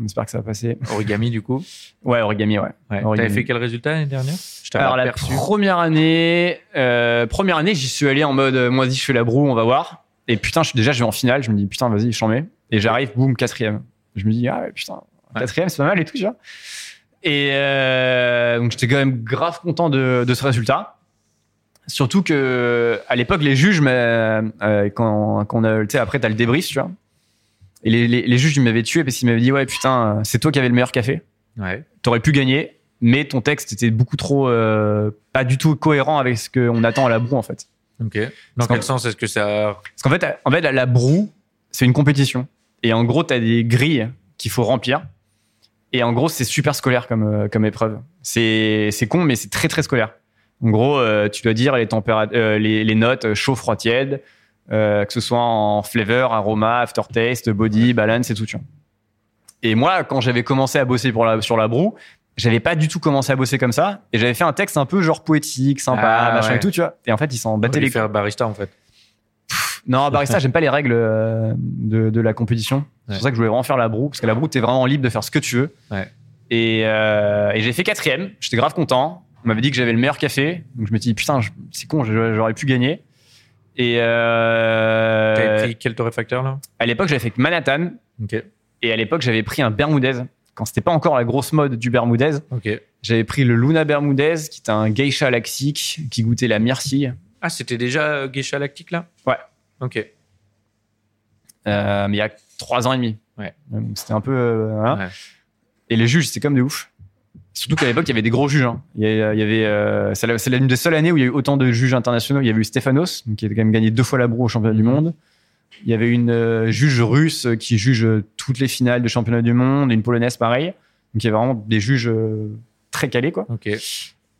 On espère que ça va passer. Origami, du coup. Ouais, origami, ouais. Ouais. Origami. T'avais fait quel résultat l'année dernière Je t'avais Alors, la aperçu. première année, euh, première année, j'y suis allé en mode, euh, moi, vas-y, je fais la broue, on va voir. Et putain, je, suis- déjà, je vais en finale, je me dis, putain, vas-y, j'en mets. Et j'arrive, boum, quatrième. Je me dis, ah ouais, putain, Ouais. quatrième, c'est pas mal et tout, tu vois. Et euh, donc, j'étais quand même grave content de, de ce résultat. Surtout que à l'époque, les juges, mais, euh, quand, quand on a, tu sais, après, t'as le débrief, tu vois. Et les, les- les juges, ils m'avaient tué parce qu'ils m'avaient dit, ouais, putain, euh, c'est toi qui avais le meilleur café Ouais. t'aurais pu gagner, mais ton texte était beaucoup trop euh, pas du tout cohérent avec ce qu'on attend à la broue en fait. Ok. Dans qu'en- Bah, quel sens est-ce que ça. Parce qu'en fait, en fait, la, la broue, c'est une compétition. Et en gros, t'as des grilles qu'il faut remplir. Et en gros, c'est super scolaire comme, euh, comme épreuve. C'est c'est con, mais c'est très très scolaire. En gros, euh, tu dois dire les, températ- euh, les, les notes euh, chaud, froid, tiède, euh, que ce soit en flavor, aroma, aftertaste, body, balance et tout. Tu vois. Et moi, quand j'avais commencé à bosser pour la, sur la broue, j'avais pas du tout commencé à bosser comme ça. Et j'avais fait un texte un peu genre poétique, sympa, Ah, machin ouais. et tout, tu vois. Et en fait, ils s'en battaient T'allais les faire barista, en fait. non, barista, j'aime pas les règles euh, de, de la compétition. C'est Ouais. pour ça que je voulais vraiment faire la broue, parce que la broue, t'es vraiment libre de faire ce que tu veux. Ouais. Et, euh, et j'ai fait quatrième, j'étais grave content. On m'avait dit que j'avais le meilleur café, donc je me suis dit, putain, je- c'est con, je- j'aurais pu gagner. Et euh, T'avais pris quel torréfacteur, là à l'époque, j'avais fait que Manhattan, Ok. et à l'époque, j'avais pris un Bermudez. Quand c'était pas encore la grosse mode du Bermudez, Ok. j'avais pris le Luna Bermudez, qui est un geisha laxique, qui goûtait la myrcille. Ah, c'était déjà euh, Geisha Lactique, là Ouais. Ok. Euh, mais il y a trois ans et demi. Ouais. Donc c'était un peu. euh, voilà. Ouais. Et les juges, c'était comme de ouf. Surtout qu'à l'époque, il y avait des gros juges. hein. Il y a- il y avait, euh, c'est la- c'est l'une des seules années où il y a eu autant de juges internationaux. Il y avait eu Stefanos, qui a quand même gagné deux fois la broue au Mm-hmm. championnat du monde. Il y avait une euh, juge russe qui juge euh, toutes les finales de championnat du monde, une polonaise pareil. Donc il y avait vraiment des juges euh, très calés, quoi. Ok.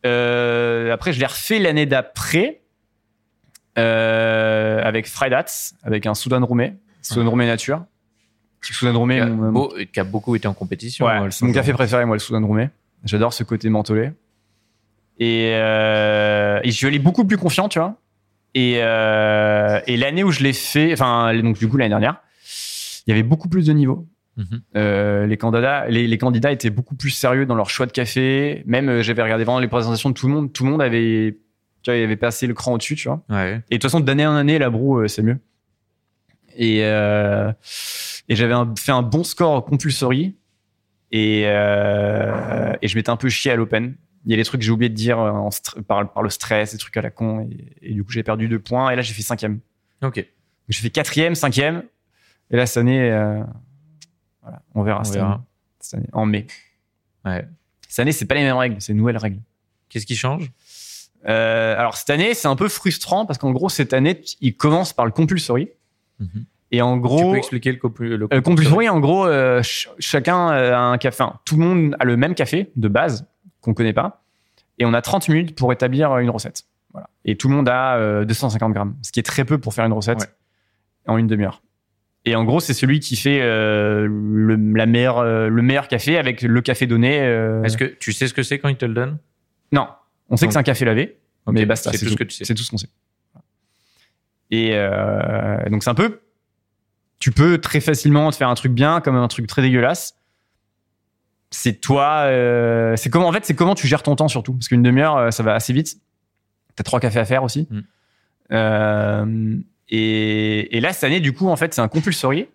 Euh, après, je l'ai refait l'année d'après euh, avec Fridays, avec un Soudan Roumé, Soudan Roumé Nature. Soudan Roumé, Qui a, mon- beau- qui a beaucoup été en compétition. Ouais, moi, le c'est mon Soudan. café préféré, moi, le Soudan Roumé. J'adore ce côté mentholé. Et, euh, et je suis allé beaucoup plus confiant, tu vois. Et, euh, et l'année où je l'ai fait, enfin, donc du coup, l'année dernière, il y avait beaucoup plus de niveaux. Mhm. Euh, les candidats, les, les candidats étaient beaucoup plus sérieux dans leur choix de café. Même, euh, j'avais regardé vraiment les présentations de tout le monde. Tout le monde avait, tu vois, il avait passé le cran au-dessus, tu vois. Ouais. Et de toute façon, d'année en année, la broue, euh, c'est mieux. Et, euh, et j'avais un- fait un bon score en compulsory. Et, euh, et je m'étais un peu chié à l'open. Il y a des trucs que j'ai oublié de dire euh, en str- par, par le stress, des trucs à la con. Et, et du coup, j'ai perdu deux points. Et là, j'ai fait cinquième. Donc, Ok. J'ai fait quatrième, cinquième. Et là, cette année, euh, voilà, on verra. On cette verra. année. Cette année, en mai. Ouais. Cette année, c'est pas les mêmes règles, c'est une nouvelle règle. Qu'est-ce qui change Euh, alors cette année, c'est un peu frustrant parce qu'en gros cette année, il commence par le compulsory Mhm. et en Tu gros peux expliquer le, compu- le euh, compulsory compulsory en gros euh, ch- chacun euh, a un café, enfin, tout le monde a le même café de base qu'on connaît pas et on a 30 minutes pour établir euh, une recette. Voilà. Et tout le monde a euh, 250 grammes, ce qui est très peu pour faire une recette Ouais. en une demi-heure. Et en gros, c'est celui qui fait euh, le, la meilleure, euh, le meilleur café avec le café donné. euh, Est-ce que tu sais ce que c'est quand ils te le donnent Non, on sait Donc- que c'est un café lavé. Ok, Mais basta, c'est tout, ce que tu sais. C'est tout ce qu'on sait. Et euh, donc c'est un peu, tu peux très facilement te faire un truc bien comme un truc très dégueulasse. C'est toi, euh, c'est comment en fait, c'est comment tu gères ton temps surtout, parce qu'une demi-heure, euh, ça va assez vite. T'as trois cafés à faire aussi. Mm. Euh, et, et là cette année, du coup, en fait, c'est un compulsory.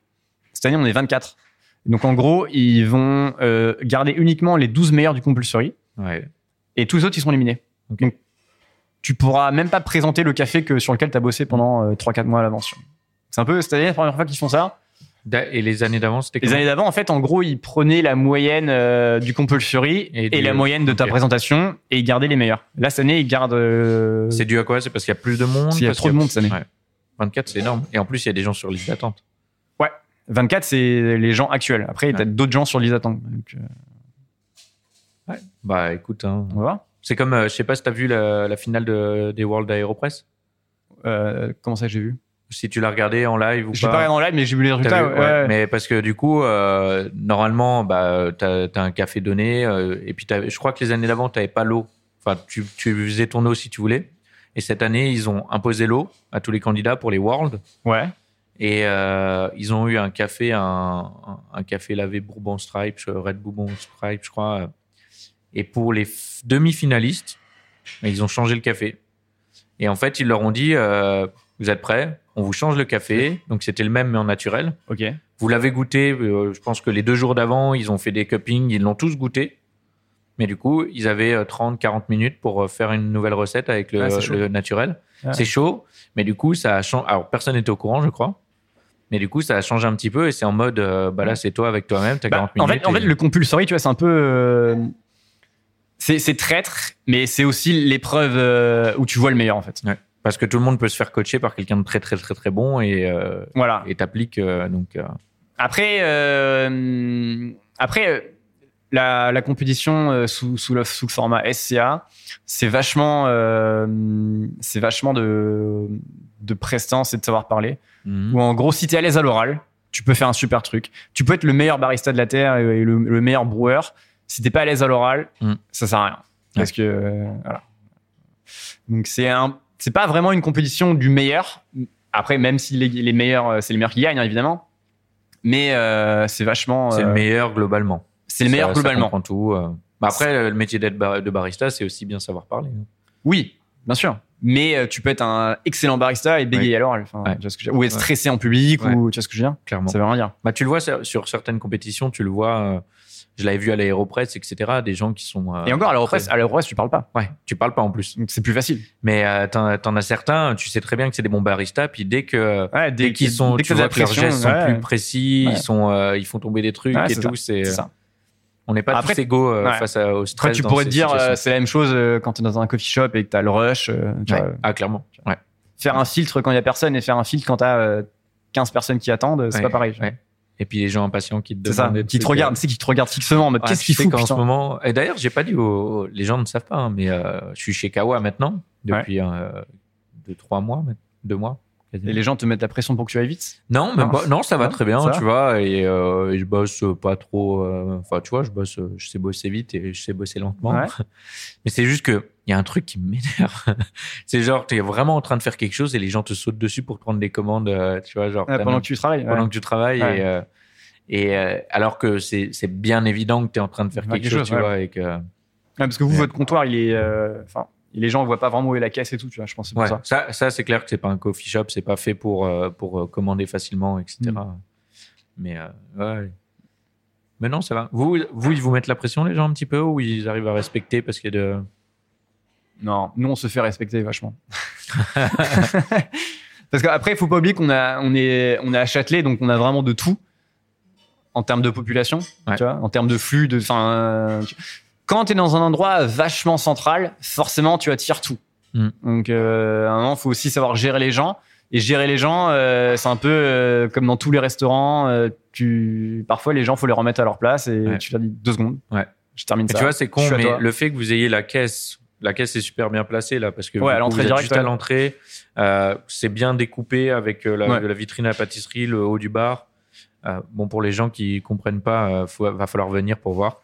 Cette année, on est 24. Donc en gros, ils vont euh, garder uniquement les 12 meilleurs du compulsory Ouais. et tous les autres ils sont éliminés. Ok. Donc tu pourras même pas présenter le café que sur lequel tu as bossé pendant 3-4 mois à l'avance. C'est un peu, c'est-à-dire la première fois qu'ils font ça. Da- Et les années d'avant, c'était Les comment années d'avant, en fait, en gros, ils prenaient la moyenne euh, du compulsory Et et, du- la moyenne de ta ok. présentation et ils gardaient les meilleurs. Là, cette année, ils gardent. euh, C'est dû à quoi C'est parce qu'il y a plus de monde Parce qu'il y a parce trop de monde cette année. Ouais. 24, c'est énorme. Et en plus, il y a des gens sur liste d'attente. 24, c'est les gens actuels. Après, Ouais. t'as d'autres gens sur les attentes. Donc, euh, Bah écoute, hein. on va voir. Bah, c'est comme, euh, je sais pas si t'as vu la, la finale de- des World Aeropress. euh, comment ça que j'ai vu Si tu l'as regardé en live ou J'ai pas regardé en live, mais j'ai vu les T'as résultats. vu ouais, Ouais, ouais. Mais parce que du coup, euh, normalement, bah, tu as, un café donné. euh, et puis, t'as- je crois que les années d'avant, tu pas l'eau. Enfin, tu, tu faisais ton eau si tu voulais. Et cette année, ils ont imposé l'eau à tous les candidats pour les Worlds. Ouais. Et euh, ils ont eu un café, un, un- un café lavé Bourbon Stripe, euh, Red Bourbon Stripe, je crois. euh. Et pour les f- demi-finalistes, bah, ils ont changé le café. Et en fait, ils leur ont dit euh, Vous êtes prêts On vous change le café. Donc, c'était le même, mais en naturel. Ok. Vous l'avez goûté, euh, je pense que les deux jours d'avant, ils ont fait des cuppings, ils l'ont tous goûté. Mais du coup, ils avaient 30-40 minutes pour euh, faire une nouvelle recette avec le, Ah, c'est chaud. le naturel. Ah. C'est chaud, mais du coup, ça a changé. Alors, personne n'était au courant, je crois. Mais du coup, ça a changé un petit peu et c'est en mode, euh, bah là, c'est toi avec toi-même, t'as Mm. Bah, 40 en minutes. fait, en fait, et- le compulsory, tu vois, c'est un peu. euh, c'est c'est traître, mais c'est aussi l'épreuve euh, où tu vois le meilleur, en fait. Parce que tout le monde peut se faire coacher par quelqu'un de très, très, très, très bon et euh, Voilà. et t'appliques. euh, donc, euh, Après, euh, après euh, la, la compétition euh, sous, sous, le, sous le format SCA, c'est vachement, euh, c'est vachement de, de prestance et de savoir parler. mhm. Ou en gros, si t'es à l'aise à l'oral, tu peux faire un super truc. Tu peux être le meilleur barista de la terre et et le, le meilleur brewer. Si t'es pas à l'aise à l'oral, Mm. ça sert à rien. Parce que euh, voilà. Donc c'est un, c'est pas vraiment une compétition du meilleur. Après, même si les, les meilleurs, euh, c'est les meilleurs qui gagnent hein, évidemment. Mais euh, c'est vachement, c'est le euh, meilleur globalement. c'est le meilleur Ça- ça globalement. comprend tout. euh. Bah, après, euh, le métier d'être bar- de barista, c'est aussi bien savoir parler. hein. Oui, bien sûr. Mais euh, tu peux être un excellent barista et bégayer à l'oral. Enfin, Ouais. tu vois ce que je veux dire. Ou être Ouais. stressé en public Ouais. ou tu vois ce que je veux dire. Clairement. Ça veut rien dire. Bah, tu le vois sur, sur certaines compétitions, tu le vois. euh, je l'avais vu à l'aéropress, etc. Des gens qui sont. euh, Et encore à l'Europress, à l'Europress, tu parles pas. Ouais, tu parles pas en plus. Donc c'est plus facile. Mais euh, t'en, t'en as certains, tu sais très bien que c'est des bons baristas, puis dès que. Ouais, Dès qu'ils sont, dès que tu t'as de la vois que leurs pression, gestes sont ouais, plus précis, Ouais. ils sont, euh, ils font tomber des trucs Ouais, et c'est tout. C'est, c'est ça. on n'est pas Après- tous égaux euh, Ouais. face à, au euh, Après, stress. tu dans pourrais ces te dire, euh, situations. c'est la même chose euh, quand t'es dans un coffee shop et que t'as le rush. euh, tu vois, Ouais. euh, ah clairement. Ouais. faire un filtre quand il y a personne et faire un filtre quand t'as euh, 15 personnes qui attendent, euh, c'est Ouais. pas pareil. Ouais. Et puis les gens impatients qui te C'est ça, demandent. des qui te trucs, euh, regardent, tu sais, qui te regardent fixement en mode Ah, qu'est-ce tu qu'il sais fout, qu'en ce putain. moment. Et d'ailleurs, j'ai pas dit aux... aux- Les gens ne savent pas, hein, mais euh, je suis chez Kawa maintenant depuis euh, deux, trois mois, maintenant, deux mois. quasiment. Et les gens te mettent la pression pour que tu ailles vite. Non, même Non. pas. Non, ça va Non, très bien, ça tu vois. Et, euh, et je bosse pas trop. euh, Enfin, tu vois, je bosse. euh, Je sais bosser vite et je sais bosser lentement. Ouais. Mais c'est juste que il y a un truc qui m'énerve. c'est genre, t'es vraiment en train de faire quelque chose et les gens te sautent dessus pour prendre des commandes. euh, tu vois, genre euh, t'as pendant même- que tu travailles. pendant ouais. que tu travailles Ouais. et, euh, et euh, alors que c'est c'est bien évident que tu es en train de faire Faire quelque, quelque chose, chose, tu ouais. vois et que Ouais, parce que vous, Ouais. votre comptoir, il est. euh, Enfin, les gens voient pas vraiment où est la caisse et tout, tu vois, je pense. que c'est pour Ouais, ça. ça, ça c'est clair que c'est pas un coffee shop, c'est pas fait pour, euh, pour euh, commander facilement, etc. Mm. Mais euh, ouais. Mais non, ça va. Vous, vous, ils vous mettent la pression, les gens, un petit peu, ou ils arrivent à respecter parce qu'il y a de. Non, nous on se fait respecter vachement. Parce qu'après, il faut pas oublier qu'on a, on est, on est à Châtelet, donc on a vraiment de tout en termes de population, Ouais. tu vois, en termes de flux, de, enfin, euh, tu- quand tu es dans un endroit vachement central, forcément tu attires tout. Mm. Donc euh, à un moment, faut aussi savoir gérer les gens. Et gérer les gens, euh, c'est un peu euh, comme dans tous les restaurants. euh, tu, parfois, les gens, faut les remettre à leur place et Ouais. tu leur dis deux secondes. Ouais. Je termine Mais ça. tu vois, c'est je con, suis à mais toi. le fait que vous ayez la caisse, la caisse est super bien placée là, parce que Ouais, du à coup, l'entrée vous êtes direct, juste ouais. à l'entrée, euh, c'est bien découpé avec euh, la, Ouais. de la vitrine à la pâtisserie, le haut du bar. Euh, bon, pour les gens qui comprennent pas, euh, faut- va falloir venir pour voir.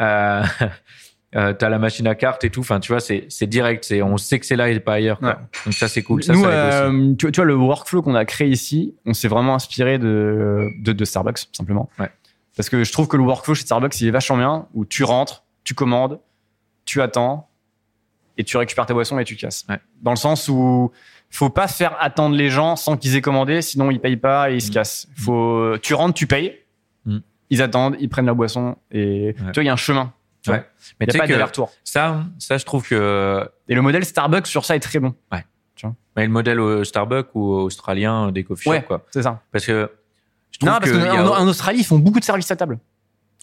Euh, euh, T'as la machine à carte et tout. Enfin, tu vois, c'est c'est direct. c'est- On sait que c'est là et pas ailleurs. quoi. Ouais. Donc ça, c'est cool. Ça, Nous, ça aide aussi. euh, tu, tu vois, le workflow qu'on a créé ici, on s'est vraiment inspiré de, de, de Starbucks, tout simplement. Ouais. Parce que je trouve que le workflow chez Starbucks, il est vachement bien, où tu rentres, tu commandes, tu attends, et tu récupères ta boisson et tu casses. Ouais. Dans le sens où faut pas faire attendre les gens sans qu'ils aient commandé, sinon ils payent pas et ils se Mm. cassent. Faut, tu rentres, tu payes, Mm. ils attendent, ils prennent la boisson, et tu vois, il y a un chemin. Mais tu Il n'y a sais pas que d'aller-retour. ça, ça, je trouve que Et le modèle Starbucks sur ça est très bon. mais le modèle euh, Starbucks ou australien euh, des coffee shops, Ouais. quoi. C'est ça. Parce que je trouve Non, parce que il y a- qu'en en Australie, ils font beaucoup de services à table.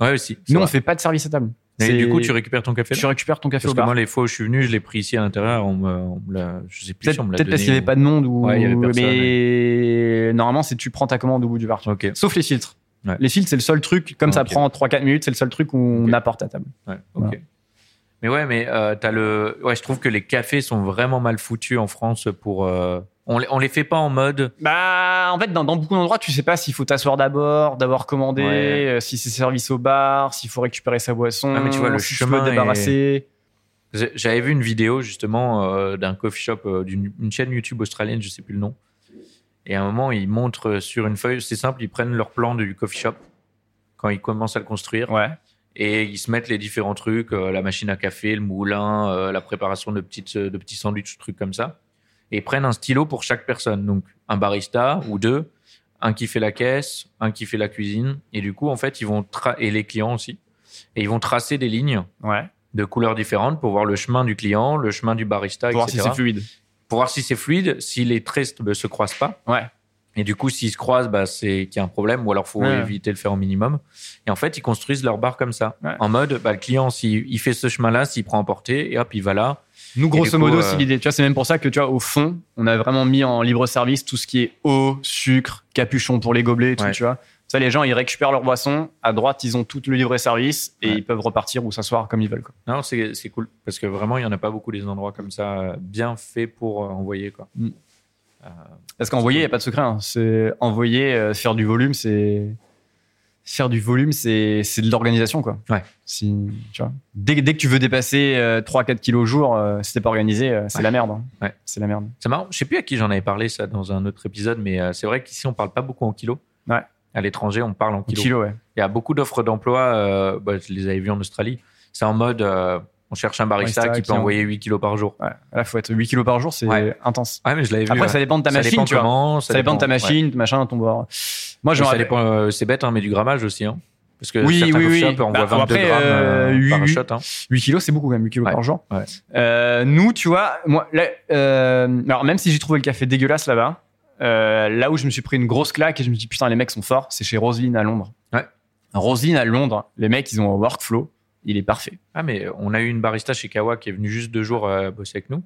ouais aussi. c'est Nous, on vrai. fait pas de service à table. Et C'est- du coup, tu récupères ton café. là tu récupères ton café Parce au que bar. moi, les fois où je suis venu, je l'ai pris ici à l'intérieur. On me, on me l'a- je sais plus si Peut-être on me l'a peut-être parce donné qu'il n'y avait ou- pas de monde ou Ouais, il y avait personne, mais normalement c'est tu prends ta commande au bout du bar. tu vois. Ok. Sauf les filtres. Ouais. Les filtres c'est le seul truc comme ça Ok. prend 3 4 minutes, c'est le seul truc où on Ok. apporte à table. Ouais, ok. Voilà. Mais ouais, mais euh, t'as le. Ouais, je trouve que les cafés sont vraiment mal foutus en France pour. euh, On, les- on les fait pas en mode. Bah, en fait, dans, dans beaucoup d'endroits, tu sais pas s'il faut t'asseoir d'abord, d'abord commander, Ouais. euh, si c'est service au bar, s'il faut récupérer sa boisson, Ah, mais tu vois, le si chemin tu est- peux te débarrasser. J'ai- J'avais vu une vidéo justement euh, d'un coffee shop, euh, d'une une chaîne YouTube australienne, je sais plus le nom. Et à un moment, ils montrent sur une feuille, c'est simple, ils prennent leur plan du coffee shop quand ils commencent à le construire. Ouais. Et ils se mettent les différents trucs, euh, la machine à café, le moulin, euh, la préparation de, petites, euh, de petits sandwichs, trucs comme ça. Et ils prennent un stylo pour chaque personne. Donc un barista ou deux, un qui fait la caisse, un qui fait la cuisine. Et du coup, en fait, ils vont tra- et les clients aussi. Et ils vont tracer des lignes Ouais. de couleurs différentes pour voir le chemin du client, le chemin du barista, Pour voir si etc. c'est fluide. pour voir si c'est fluide, si les traits ne se croisent pas. Ouais. Et du coup, s'ils se croisent, bah, c'est qu'il y a un problème, ou alors faut Ouais. éviter de le faire au minimum. Et en fait, ils construisent leur bar comme ça. Ouais. En mode, bah, le client, s'il il fait ce chemin-là, s'il prend en portée, et hop, il va là. Nous, du coup, grosso modo, euh, c'est l'idée. Tu vois, c'est même pour ça que, tu vois, au fond, on a vraiment mis en libre service tout ce qui est eau, sucre, capuchon pour les gobelets, et tout, Ouais. tu vois. Ça, les gens, ils récupèrent leur boisson. À droite, ils ont tout le libre service et Ouais. ils peuvent repartir ou s'asseoir comme ils veulent. Quoi. Non, c'est c'est cool. Parce que vraiment, il n'y en a pas beaucoup des endroits comme ça, euh, bien faits pour euh, envoyer, quoi. Parce qu'envoyer, il n'y a pas de secret. hein. C'est envoyer, euh, faire du volume, c'est. Faire du volume, c'est c'est de l'organisation, quoi. Ouais. Si, tu vois. Dès, que- dès que tu veux dépasser euh, 3-4 kilos au jour, euh, si t'es pas organisé, euh, c'est Ouais. la merde. hein. Ouais. C'est la merde. C'est marrant. Je sais plus à qui j'en avais parlé, ça, dans un autre épisode, mais euh, c'est vrai qu'ici, on parle pas beaucoup en kilos. Ouais. À l'étranger, on parle en Kilo, kilos. ouais. Il y a beaucoup d'offres d'emploi, euh, bah, je les avais vues en Australie. C'est en mode, euh, on cherche un barista Barista qui, qui peut en- envoyer 8 kilos par jour. ouais. Là, faut être 8 kilos par jour, c'est Ouais. intense. Ouais, mais je l'avais vu. Après, ouais. ça dépend de ta Ça machine, dépend tu vois. comment, Ça dépend de ta machine, de machin, ton bord. Moi, ouais. je me Ça rappelle- dépend, euh, c'est bête, hein, mais du grammage aussi. Hein. Parce que Oui, certains oui, coffee oui. shops, on Bah, voit 22 après, grammes euh, euh, par oui, oui. shot. hein. 8 kilos, c'est beaucoup quand même, 8 kilos Ouais, par jour. ouais. Euh, nous, tu vois, moi, là, euh, alors même si j'ai trouvé le café dégueulasse là-bas, euh, là où je me suis pris une grosse claque et je me dis putain, les mecs sont forts, c'est chez Roseline à Londres. Ouais. Roseline à Londres, les mecs, ils ont un workflow, il est parfait. Ah, mais on a eu une barista chez Kawa qui est venue juste deux jours euh, bosser avec nous.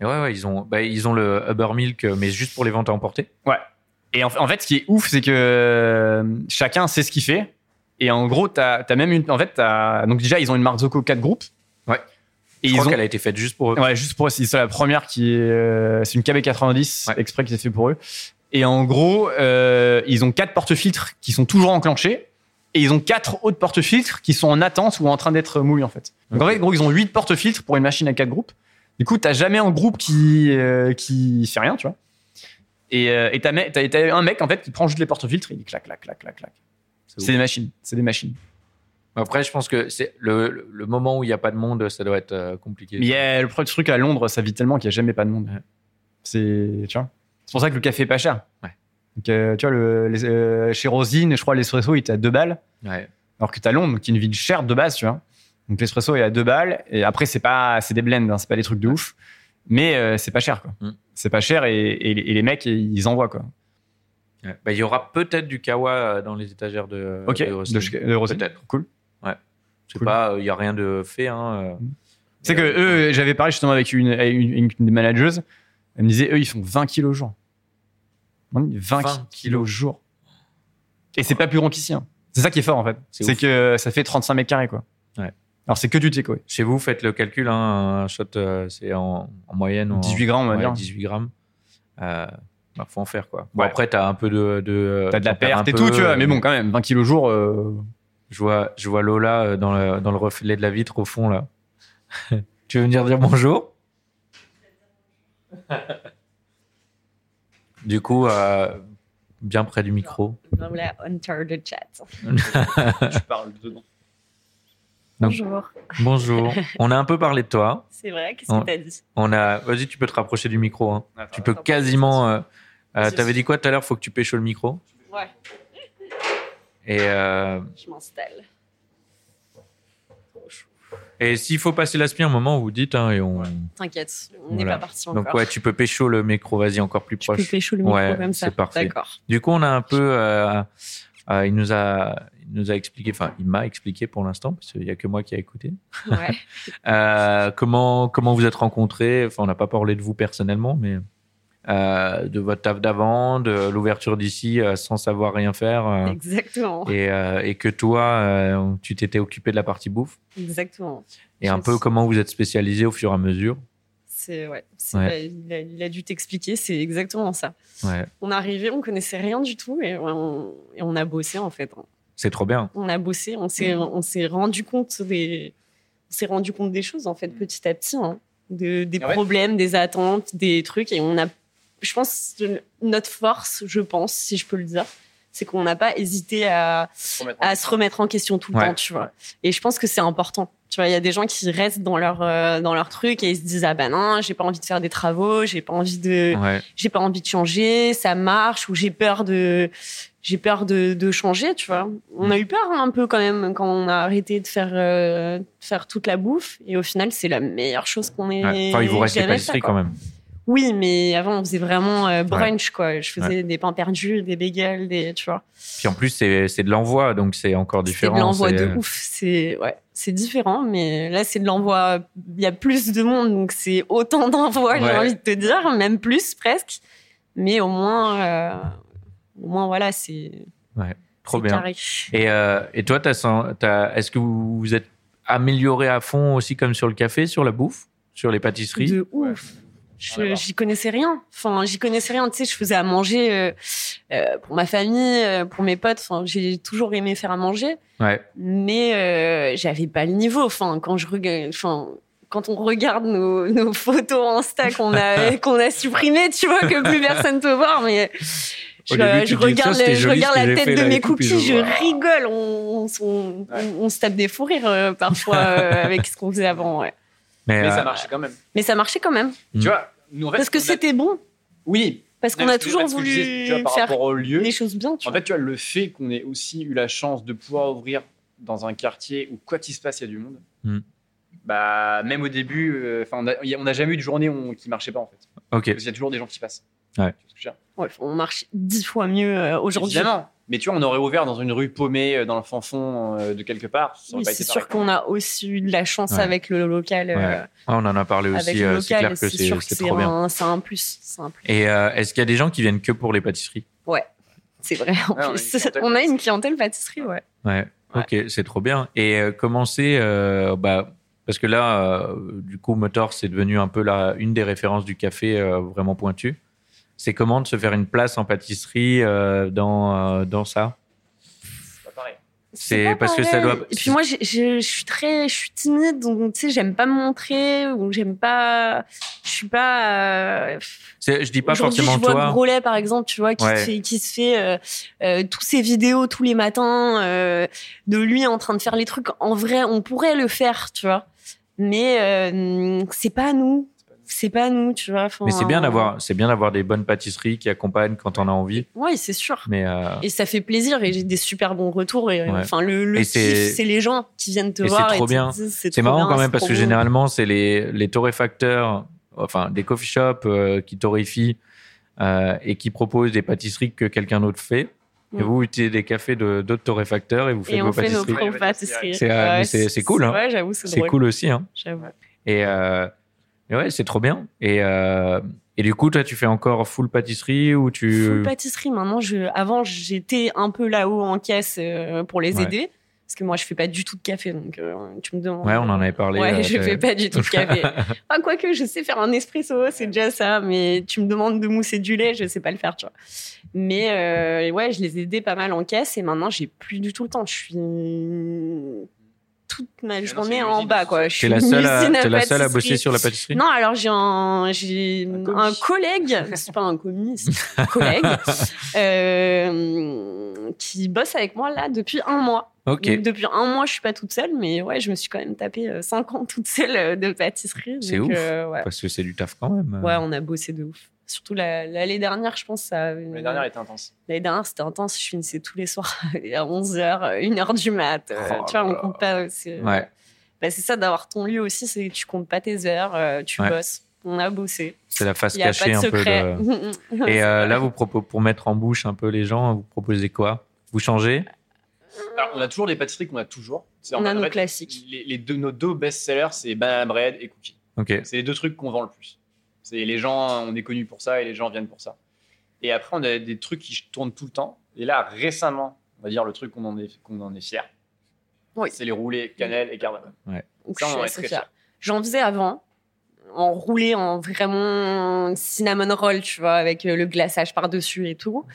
Et ouais, ouais, ils ont, bah, ils ont le Uber Milk, euh, mais juste pour les ventes à emporter. Et en, en fait, ce qui est ouf, c'est que euh, chacun sait ce qu'il fait. Et en gros, t'as as même une. En fait, t'as- donc déjà, ils ont une marque Zoco 4 groupes. Ouais. Et je ils crois ont qu'elle a été faite juste pour eux. Ouais, juste pour eux, c'est c'est la première qui est. euh, c'est une KB90 Ouais. exprès qui s'est fait pour eux. Et en gros, euh, ils ont quatre porte-filtres qui sont toujours enclenchés. Et ils ont quatre autres porte-filtres qui sont en attente ou en train d'être moulus, en fait. Donc en Ok. fait, gros, ils ont huit porte-filtres pour une machine à quatre groupes. Du coup, t'as jamais un groupe qui, euh, qui fait rien, tu vois. Et euh, et t'as me- t'as t'as un mec, en fait, qui prend juste les porte-filtres et il claque, claque, claque, claque, claque. C'est C'est des machines. C'est des machines. Après, je pense que c'est le, le- le moment où il n'y a pas de monde, ça doit être euh, compliqué. Mais il y a le premier truc à Londres, ça vit tellement qu'il n'y a jamais pas de monde. Ouais. C'est, tu vois. C'est pour ça que le café est pas cher. Ouais. Donc, euh, tu vois, le, les- euh, chez Rosine, je crois, l'espresso, il était à 2 balles. Ouais. Alors que t'as Londres, qui est une ville chère de base, tu vois. Donc, l'espresso est à 2 balles. Et après, c'est pas, c'est des blends, hein, c'est pas des trucs de ouf. Mais euh, c'est pas cher, quoi. Mm. C'est pas cher et, et les- et les mecs, ils envoient, quoi. Ouais. Bah, il y aura peut-être du Kawa euh, dans les étagères de. Ok, Euh, de Rosling. de Chica- de Rosine. Peut-être. Cool. Je sais Cool. pas, euh, il n'y a rien de fait. Hein, euh. Mm. C'est que Mais, euh, eux, j'avais parlé justement avec une, une, une- une des manageuses. Elle me disait, eux, ils font 20 kilos au jour. 20, 20 kilos au jour. Et c'est pas plus grand qu'ici. hein. C'est ça qui est fort, en fait. C'est C'est ouf. que ça fait 35 mètres carrés, quoi. Ouais. Alors, c'est que du déco. ouais. Chez vous, faites le calcul. Hein, un shot, euh, c'est en, en moyenne. en- 18 grammes, on va ouais, dire. 18 grammes. Euh, bah, faut en faire quoi. Bon, Ouais. après, t'as un peu de. de T'as de la t'en perds perte un et tout, peu, tu vois. Mais euh, bon, quand même, 20 kilos au jour. euh, Je vois, je vois Lola euh, dans le, dans le reflet de la vitre au fond là. tu veux venir dire bonjour Du coup, euh, bien près du micro. Dans la Uncharted Chat. Je parle dedans. Donc- Bonjour. Bonjour. On a un peu parlé de toi. C'est vrai, qu'est-ce que t'as dit On a. Vas-y, tu peux te rapprocher du micro. hein. Tu peux attends, quasiment. euh, euh, Vas-y, T'avais vas-y. dit quoi tout à l'heure Faut que tu pêches le micro. Ouais, Et, euh, je m'installe. et s'il faut passer l'aspi un moment, vous dites. hein, et on... T'inquiète, on n'est Voilà. pas parti encore. Donc ouais, tu peux pécho le micro. Vas-y, encore plus je peux proche. pécho le micro Ouais, comme ça. c'est parfait. D'accord. Du coup, on a un peu. euh, euh, il nous a, il nous a expliqué. Enfin, il m'a expliqué pour l'instant parce qu'il y a que moi qui a écouté. Ouais. Euh, comment comment vous êtes rencontrés. Enfin, on n'a pas parlé de vous personnellement, mais euh, de votre taf d'avant, de l'ouverture d'ici euh, sans savoir rien faire. euh, Exactement. et, euh, et que toi, euh, tu t'étais occupé de la partie bouffe. Exactement. Et Je un peu sais. comment vous êtes spécialisé au fur et à mesure. C'est ouais. c'est- Ouais. bah, Il, a, il a dû t'expliquer. C'est exactement ça. Ouais. On arrivait, on connaissait rien du tout et on, et on a bossé en fait. hein. C'est trop bien. On a bossé. On Mm. s'est on s'est rendu compte des on s'est rendu compte des choses en fait petit à petit. hein. De- des Mm. Ah ouais. problèmes, des attentes, des trucs et on a. Je pense que notre force, je pense, si je peux le dire, c'est qu'on n'a pas hésité à à se remettre en question tout le Ouais. temps, tu vois. Et je pense que c'est important. Tu vois, il y a des gens qui restent dans leur euh, dans leur truc et ils se disent ah ben non, j'ai pas envie de faire des travaux, j'ai pas envie de Ouais. j'ai pas envie de changer, ça marche ou j'ai peur de j'ai peur de, de changer, tu vois. On a eu peur hein, un peu quand même quand on a arrêté de faire euh, de faire toute la bouffe et au final c'est la meilleure chose qu'on ait. Ouais. Enfin, il vous reste les jamais fait, pâtisseries quoi. quand même. Oui, mais avant on faisait vraiment euh, brunch quoi. Je faisais des pains perdus, des bagels, des tu vois. Puis en plus, c'est c'est de l'envoi, donc c'est encore C'est de différent. l'envoi c'est- de ouf. C'est ouais, c'est différent, mais là c'est de l'envoi. Il y a plus de monde, donc c'est autant d'envois. Ouais. J'ai envie de te dire, même plus presque. Mais au moins, euh, au moins voilà, c'est Trop c'est bien. carré. Et, euh, et toi, t'as sen- t'as- est-ce que vous vous êtes amélioré à fond aussi, comme sur le café, sur la bouffe, sur les pâtisseries De ouf. Ah Je- Rien à voir. J'y connaissais rien. Enfin, j'y connaissais rien. Tu sais, je faisais à manger euh, euh, pour ma famille, euh, pour mes potes. Enfin, j'ai toujours aimé faire à manger. Ouais, mais euh, j'avais pas le niveau. Enfin, quand je regarde, enfin, quand on regarde nos, nos photos Insta qu'on a qu'on a supprimées, tu vois que plus personne peut voir, mais je, Au début, tu je dis, ça, regarde, c'était le- je joli ce regarde que la j'ai tête fait, de là, et mes tout, puis cookies, je je vois. rigole. On, on, on- on se tape des fous rires euh, parfois euh, avec ce qu'on faisait avant. ouais. mais, Mais euh, ça marchait quand même. Mais ça marchait quand même Mm. Tu vois, nous, en fait, parce que on a- c'était bon, Oui. parce qu'on Non, a ce que- toujours ce que je voulu disais, tu vois, par faire rapport au lieu. les choses bien. Tu En vois. fait, tu vois, le fait qu'on ait aussi eu la chance de pouvoir ouvrir dans un quartier où quoi qu'il se passe, il y a du monde. Hmm. Bah, même au début, euh, 'fin, on a- y a- on n'a jamais eu de journée où on- qui marchait pas en fait. ok. Parce qu'il y a toujours des gens qui passent. Ouais. Tu vois ce que je veux dire Ouais, on marche dix fois mieux euh, aujourd'hui. Évidemment. Mais tu vois, on aurait ouvert dans une rue paumée, euh, dans le fin fond euh, de quelque part. ça aurait Oui, pas c'est été sûr pareil. qu'on a aussi eu de la chance Ouais. avec le local. euh, Ouais. Ah, on en a parlé avec aussi, le euh, c'est clair local, que c'est c'est sûr que c'est c'est trop bien. un, c'est un plus. C'est un plus. Et euh, est-ce qu'il y a des gens qui viennent que pour les pâtisseries C'est vrai. En Ouais, on a une plus. clientèle pâtisserie. on a une clientèle pâtisserie, ouais. Ouais. Ok, c'est trop bien. Et euh, comment c'est euh, bah, Parce que là, euh, du coup, Motor, c'est devenu un peu la, une des références du café euh, vraiment pointue. C'est comment de se faire une place en pâtisserie euh, dans, euh, dans ça C'est pas pareil. C'est pas parce que ça pareil. doit- Et puis moi, j'ai- j'ai- je suis très, je suis timide, donc tu sais, j'aime pas me montrer ou j'aime pas, je suis pas. euh, C'est- Je dis pas Aujourd'hui, forcément je vois toi. Grolet, par exemple, tu vois, qui, Ouais. se fait, qui se fait euh, euh, tous ses vidéos tous les matins euh, de lui en train de faire les trucs. En vrai, on pourrait le faire, tu vois. Mais euh, c'est pas à nous. C'est pas à nous, tu vois. Enfin, Mais c'est bien d'avoir, c'est bien d'avoir des bonnes pâtisseries qui accompagnent quand on a envie. Oui, c'est sûr. Mais euh, Et ça fait plaisir et j'ai des super bons retours. Et, euh, Ouais. Enfin, le, le Et kiff, c'est- c'est les gens qui viennent te Et c'est voir. trop te bien. disent, c'est trop marrant bien, quand même c'est parce trop que bon. généralement c'est les les torréfacteurs, enfin des coffee shops euh, qui torréfient euh, et qui proposent des pâtisseries que quelqu'un d'autre fait. Et Mm. vous utilisez des cafés de d'autres torréfacteurs et vous faites Et vos on fait nos pâtisseries. propres- propres pâtisseries. C'est, euh, mais c'est- c'est cool, hein. Ouais, j'avoue, c'est C'est drôle. cool aussi, hein. J'avoue. Et euh, et ouais, c'est trop bien. Et euh, et du coup, toi, tu fais encore full pâtisserie ou Full tu pâtisserie maintenant. Je, avant, j'étais un peu là-haut en caisse euh, pour les Ouais. aider. Parce que moi, je fais pas du tout de café. Donc, euh, tu me demandes. Ouais, on en avait parlé, Ouais, euh, je t'as- fais pas du tout de café. ah, quoique, je sais faire un espresso, c'est déjà ça. Mais tu me demandes de mousser du lait, je sais pas le faire, tu vois. Mais euh, ouais, je les ai aidés pas mal en caisse. Et maintenant, j'ai plus du tout le temps. Je suis toute ma Maintenant, c'est journée une en usine. bas, quoi. Je T'es suis la une seule, à, usine à t'es la seule à pâtisserie. bosser sur la pâtisserie Non, alors j'ai un, j'ai Un commis. un collègue, c'est pas un commis, c'est un collègue, euh, qui bosse avec moi là depuis un mois. Ok. Donc, depuis un mois, je suis pas toute seule, mais ouais, je me suis quand même tapé euh, cinq ans toute seule euh, de pâtisserie. C'est donc, ouf. Euh. euh, ouais. Parce que c'est du taf quand même. Ouais, on a bossé de ouf. Surtout la- l'année dernière, je pense. ça avait- L'année dernière était intense. L'année dernière, c'était intense. Je finissais tous les soirs à 11h, 1h du mat. euh, Oh tu vois, là on là. compte pas. c'est- Ouais. bah, c'est ça d'avoir ton lieu aussi, c'est que tu comptes pas tes heures, euh, tu Ouais. bosses. On a bossé. C'est la face Il n'y a pas cachée de un peu. secret. de- Et euh, là, vous propo- pour mettre en bouche un peu les gens, vous proposez quoi Vous changez Alors, on a toujours les pâtisseries qu'on a toujours. C'est en on fait- a en nos fait, classiques. Les, les deux, nos deux best-sellers, c'est banana bread et cookies. Ok. C'est les deux trucs qu'on vend le plus. C'est les gens, on est connu pour ça et les gens viennent pour ça. Et après, on a des trucs qui tournent tout le temps. Et là, récemment, on va dire le truc qu'on en est, qu'on en est fier. Oui. C'est les roulés cannelle et cardamome. Donc, Ça, je on suis en est assez très fière. fiers. J'en faisais avant, en roulé, en vraiment cinnamon roll, tu vois, avec euh, le glaçage par-dessus et tout.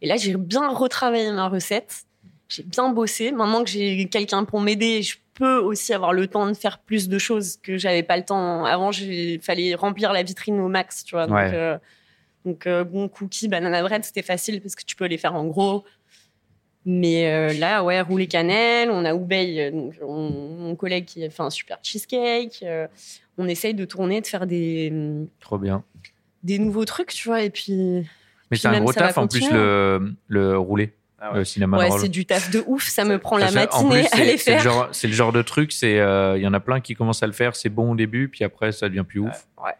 Et là, j'ai bien retravaillé ma recette. J'ai bien bossé. Maintenant que j'ai quelqu'un pour m'aider, je peux aussi avoir le temps de faire plus de choses que j'avais pas le temps. Avant, il fallait remplir la vitrine au max, tu vois. Donc, Ouais. euh, donc, euh, bon, cookies, banana bread, c'était facile parce que tu peux les faire en gros. Mais euh, là, ouais, roulé cannelle, on a Oubey, euh, donc on- mon collègue qui a fait un super cheesecake. euh, on essaye de tourner, de faire des, Trop bien. des nouveaux trucs, tu vois. Et puis, Mais Puis c'est un même, gros ça va taf en plus continuer. hein. le, le roulé, Ah ouais. le cinnamon ouais, roll. c'est du taf de ouf. Ça me prend la Parce que, en matinée plus, à c'est- les c'est le faire. genre- C'est le, genre de truc, c'est euh, il y en a plein qui commencent à le faire, c'est bon au début, puis après ça devient plus ouf. Ouais.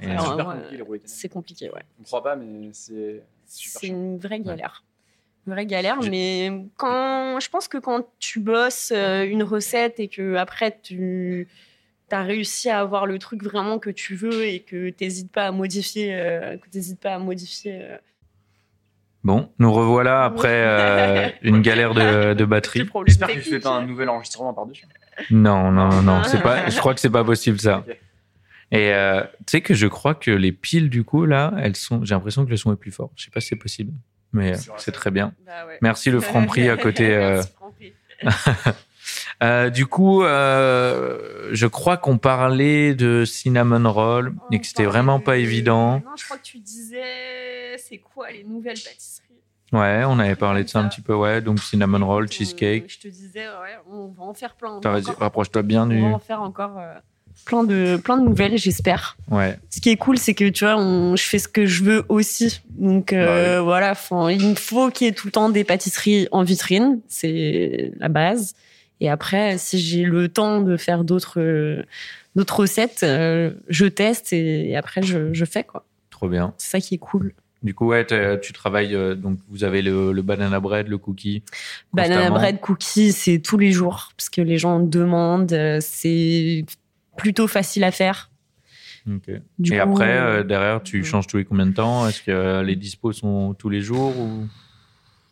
Et, C'est euh, Alors, super ouais. compliqué, les roulés cannelle. C'est compliqué, ouais. On ne croit pas, mais c'est c'est super C'est chaud. une vraie Ouais. galère. Une vraie galère, J'ai- mais quand je pense que quand tu bosses euh, une recette et que après tu as réussi à avoir le truc vraiment que tu veux et que t'hésites pas à modifier, euh, que t'hésites pas à modifier. euh, Bon, nous revoilà après euh, une galère de, de tes batterie. problèmes J'espère que tu fais techniques. pas un nouvel enregistrement par-dessus. Non, non, non, non, c'est pas. Je crois que c'est pas possible ça. Ok. Et euh, tu sais que je crois que les piles du coup là, elles sont. J'ai l'impression que le son est plus fort. Je sais pas si c'est possible, mais euh, C'est vrai. c'est très bien. Bah ouais. Merci le franc prix à côté. euh, Merci, Franprix. Euh, du coup, euh, je crois qu'on parlait de cinnamon roll et que c'était On vraiment parlait pas de- évident. Non, euh, je crois que tu disais, c'est quoi les nouvelles pâtisseries Ouais, on avait parlé de ça un petit peu, ouais. Donc cinnamon roll, On- cheesecake. Je te disais, ouais, on va en faire plein. On Attends, va vas-y, euh, encore- rapproche-toi bien on du. va en faire encore euh, plein de plein de nouvelles, j'espère. Ouais. Ce qui est cool, c'est que tu vois, on- je fais ce que je veux aussi. Donc euh, Bah voilà, faut- il me faut qu'il y ait tout le temps des pâtisseries en vitrine, c'est la base. Et après, si j'ai le temps de faire d'autres euh, d'autres recettes, euh, je teste et, et après je, je fais quoi. Trop bien. C'est ça qui est cool. Du coup, ouais, t'as- tu travailles. euh, donc, vous avez le, le banana bread, le cookie. Banana constamment. bread cookies, c'est tous les jours parce que les gens demandent. euh, C'est plutôt facile à faire. Ok. Du Et coup, après, euh, derrière, tu Mhm. changes tous les combien de temps Est-ce que euh, les dispos sont tous les jours ou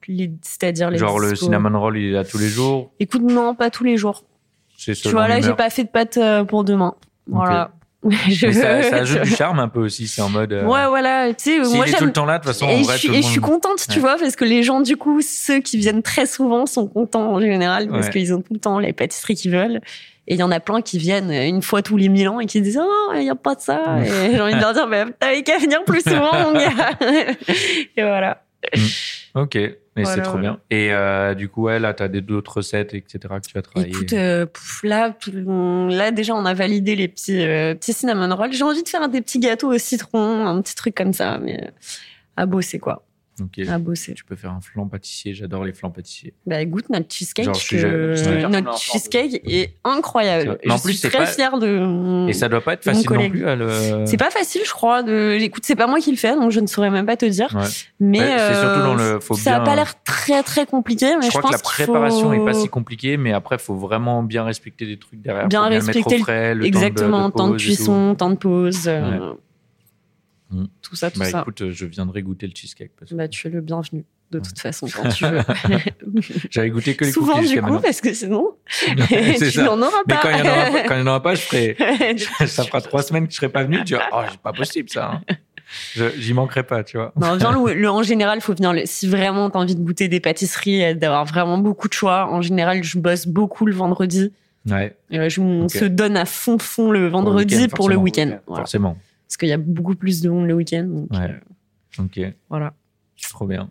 les- c'est-à-dire les genre le discos. cinnamon roll, il est là tous les jours Écoute, non, pas tous les jours. C'est Tu selon vois, là, j'ai l'humeur. pas fait de pâtes euh, pour demain. Voilà. Je- Mais ça, ça ajoute du charme un peu aussi. C'est en mode. euh, Ouais, voilà. Tu sais, S'il moi, est tout j'aime. le temps là, de toute façon, en Et, je vrai, suis, tout et le je suis monde... contente, tu Ouais. vois, parce que les gens, du coup, ceux qui viennent très souvent sont contents en général, parce Ouais. qu'ils ont tout le temps les pâtisseries qu'ils veulent. Et il y en a plein qui viennent euh, une fois tous les mille ans et qui disent Oh, il n'y a pas de Mm. ça. Et j'ai envie de leur dire Mais t'avais qu'à venir plus souvent, mon gars. et voilà. Ok, mais c'est Voilà, trop voilà. bien. Et euh, du coup, ouais, là, tu as d'autres recettes, etc., que tu vas travailler. Écoute, euh, pff, là, tout- on- là déjà, on a validé les petits, euh, petits cinnamon rolls. J'ai envie de faire des petits gâteaux au citron, un petit truc comme ça, mais euh, à bosser quoi, Ok. à bosser. Tu peux faire un flan pâtissier, j'adore les flans pâtissiers. Bah écoute, notre cheesecake, Genre, je suis que- jaloux. Ouais. Non, notre non, cheesecake est C'est incroyable. vrai. Mais en je plus, suis c'est très pas- fière de. Et ça euh, doit pas être Mm. Mon facile non collègue. plus à le. C'est pas facile, je crois. De... Écoute, c'est pas moi qui le fais, donc je ne saurais même pas te dire. Ouais. Mais Ouais, c'est surtout euh, dans le- faut ça a bien- pas l'air très très compliqué, mais je je, crois que pense la qu'il faut- préparation est pas si compliquée, mais après, il faut vraiment bien respecter des trucs derrière. Bien faut respecter le mettre au le- frais, le temps de- Exactement, de, temps de pause et tout. cuisson, temps de pause, euh, Mm. tout ça, tout Bah ça. écoute, euh, je viendrai goûter le cheesecake. Parce que Bah, tu es le bienvenu, de toute façon, quand tu veux. J'avais goûté que les Souvent, cookies du jusqu'à coup, maintenant. parce que sinon, c'est tu ça. n'en auras Mais pas. quand il n'y en, aura pas- quand il y en aura pas, je ferai. ça fera trois semaines que je serai pas venu. Tu vois, oh, c'est pas possible ça. hein. Je- J'y manquerai pas, tu vois. non, viens le, le- en général, faut venir. le- si vraiment t'as envie de goûter des pâtisseries, et d'avoir vraiment beaucoup de choix. En général, je bosse beaucoup le vendredi. Ouais. Euh, je, on Ok. se donne à fond fond le vendredi week-end, pour le forcément. week-end. Ouais. Voilà. Forcément. Parce qu'il y a beaucoup plus de monde le week-end. donc, Ouais. euh, Ok, voilà. trop bien.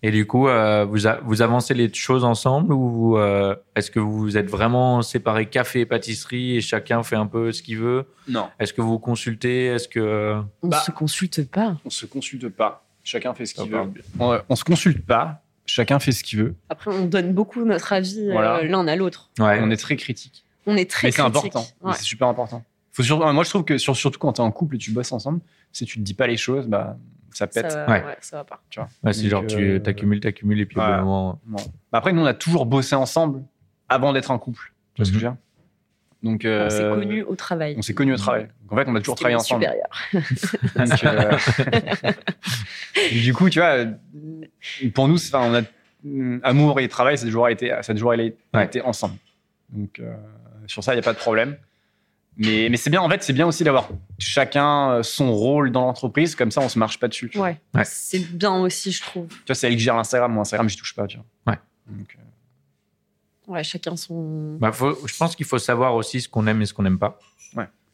Et du coup, euh, vous, a- vous avancez les choses ensemble ou vous, euh, est-ce que vous êtes vraiment séparés café et pâtisserie et chacun fait un peu ce qu'il veut Non, Est-ce que vous vous consultez Est-ce que euh, On Bah. se consulte pas. on se consulte pas. Chacun fait ce Ah, qu'il pardon. veut. On, on se consulte pas, chacun fait ce qu'il veut. Après, on donne beaucoup notre avis euh, Voilà. l'un à l'autre. ouais, On est très critique. On est très Mais c'est critique. important. Mais Ouais. C'est super important. Faut sur- Moi, je trouve que sur- surtout quand t'es en couple et tu bosses ensemble, si tu te dis pas les choses, bah, ça Ça pète. va, Ouais. ouais, ça va pas. tu vois. Ouais, c'est Donc, genre euh, tu t'accumules, t'accumules et puis au bout voilà. d'un moment. euh, Bon. Bah Après, nous, on a toujours bossé ensemble avant d'être un couple. Tu vois ce que Mhm. je veux dire Donc, On s'est euh, connus au travail. On s'est connus au travail. en fait, on a toujours travaillé ensemble. supérieur. Donc, euh, du coup, tu vois, pour nous, c'est- enfin, on a amour et travail, ça a toujours été, ça a toujours été Ouais. été ensemble. Donc euh, sur ça, il n'y a pas de problème. Mais, mais c'est bien, en fait, c'est bien aussi d'avoir chacun euh, son rôle dans l'entreprise, comme ça, on se marche pas dessus. Tu vois, Ouais. Ouais. C'est bien aussi, je trouve. Tu vois, c'est elle qui gère l'Instagram, moi, Instagram, j'y touche pas. Tu vois. Ouais. Donc, euh, Ouais, chacun son. Bah, faut- je pense qu'il faut savoir aussi ce qu'on aime et ce qu'on n'ime pas.